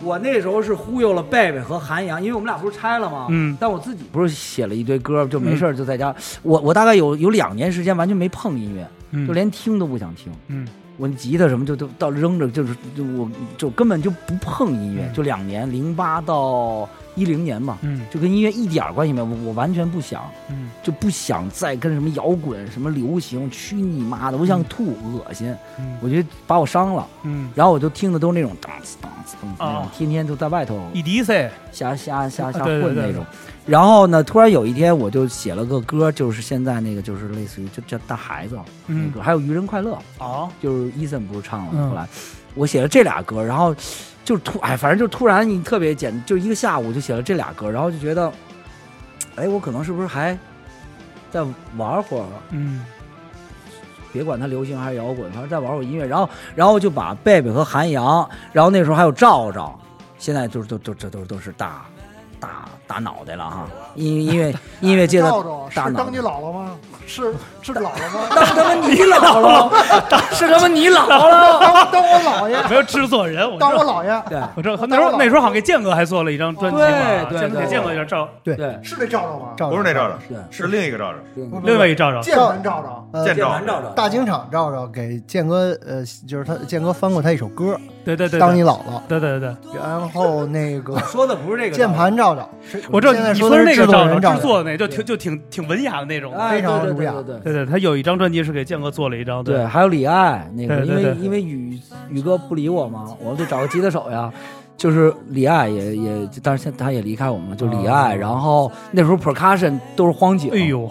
我那时候是忽悠了贝贝和韩阳，因为我们俩不是拆了吗？
嗯
但我自己嗯不是写了一堆歌，就没事儿就在家，我我大概有有两年时间完全没碰音乐，
嗯
就连听都不想听。
嗯
我吉他什么就都到扔着，就是就我就根本就不碰音乐，
嗯
就两年零八到一零年嘛，
嗯
就跟音乐一点儿关系没有，我我完全不想。
嗯，
就不想再跟什么摇滚、什么流行，去你妈的！我想吐，恶心，
嗯
我觉得把我伤了。
嗯，
然后我就听的都是那种当呲当呲当呲那种
啊，
天天就在外头
一滴塞，
瞎瞎瞎瞎
啊对对
混
对
那种。然后呢，突然有一天我就写了个歌，就是现在那个就是类似于就叫大孩子那
嗯
歌，还有愚人快乐，
哦，
就是伊森不是唱了
嗯
后来，我写了这俩歌，然后就突哎，反正就突然你特别简，就一个下午就写了这俩歌，然后就觉得，哎，我可能是不是还再玩会儿，
嗯
别管它流行还是摇滚，反正再玩会儿音乐，然后然后就把贝贝和韩阳，然后那时候还有赵赵，现在就是都都这都都是大大大脑袋了哈，音音乐音乐界的
赵赵，
大
是
脑
当
袋
你。姥姥吗？是是老了吗？
是他妈你老了，是 他妈你老了。
当当我姥爷，
没有制作人，我
当我
这
姥爷，
对
我这那时候那时候好像给建哥还做了一张专辑嘛，
对对
建哥给
对
建哥一张照，
对，
是那照照吗？
照
不是那照照
对，
是另一个照照，
另外一照照，
键盘照照，
呃
见照
难找着
大京场照照给建哥，呃，就是他建哥翻过他一首歌，
对对对，
当你
对
姥姥，
对对对，
然后那个
说的不是这个
键盘照照，是
我知道
现在
你
说
说
的
那
制
个
作
照
人
照
照
制作
照，
那就挺就挺挺文雅的那种，
哎
非常
对
儒雅
对对对
对对，他有一张专辑是给建哥做了一张，
对，对，还有李艾那个，
对对
因为
对
因为宇宇哥不理我嘛，我得找个吉他手呀。就是李艾也也，但是现他也离开我们了，就李艾。然后那时候 percussion 都是荒井，
哦哎，呦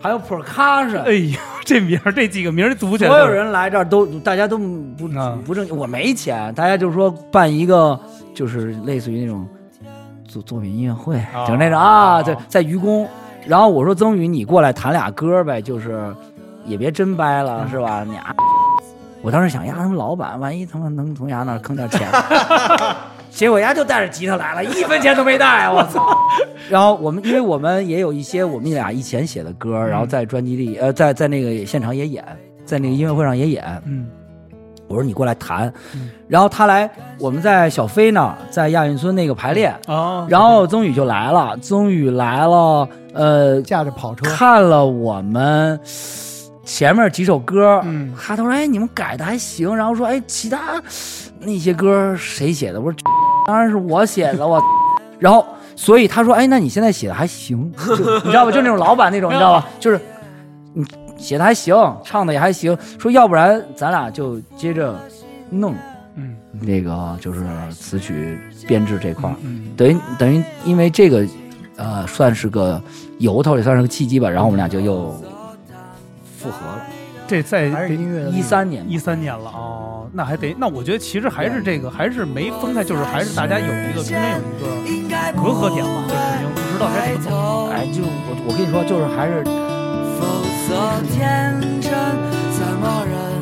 还有 percussion，
哎呦，这名儿这几个名儿读起来
所
都，
有人来这儿都大家都不
啊
不正经，我没钱，大家就是说办一个就是类似于那种作作品音乐会，
啊
就是那种
啊
啊，在在愚公，然后我说曾宇你过来弹俩歌呗，就是也别真掰了是吧？你啊，我当时想呀，他们老板万一他妈能从丫那儿坑点钱，结果丫就带着吉他来了，一分钱都没带，啊我操！然后我们因为我们也有一些我们俩以前写的歌，然后在专辑里呃在在那个现场也演。在那个音乐会上也演，
嗯，
我说你过来弹，然后他来，我们在小飞那儿，在亚运村那个排练，
哦，
然后曾宇就来了，曾宇来了，呃，
驾着跑车，
看了我们前面几首歌，
嗯
他都说哎你们改的还行，然后说哎其他那些歌谁写的？我说 当然是我写的，我， 然后所以他说哎那你现在写的还行， 就你知道吧？就那种老板 那种，你知道吧？就是你写的还行，唱的也还行，说要不然咱俩就接着弄。
嗯
那个就是词曲编制这块儿，
嗯，
等于等于因为这个，呃，算是个由头，也算是个契机吧。然后我们俩就又复合了，
这在
还是音乐的
一三年
一三年了哦，那还得，那我觉得其实还是这个，还是没分开，就是还是大家有一个中间有一个隔阂点嘛，就是已经不知道该怎么走。
哎，就我我跟你说，就是还是
否则天真怎么忍啊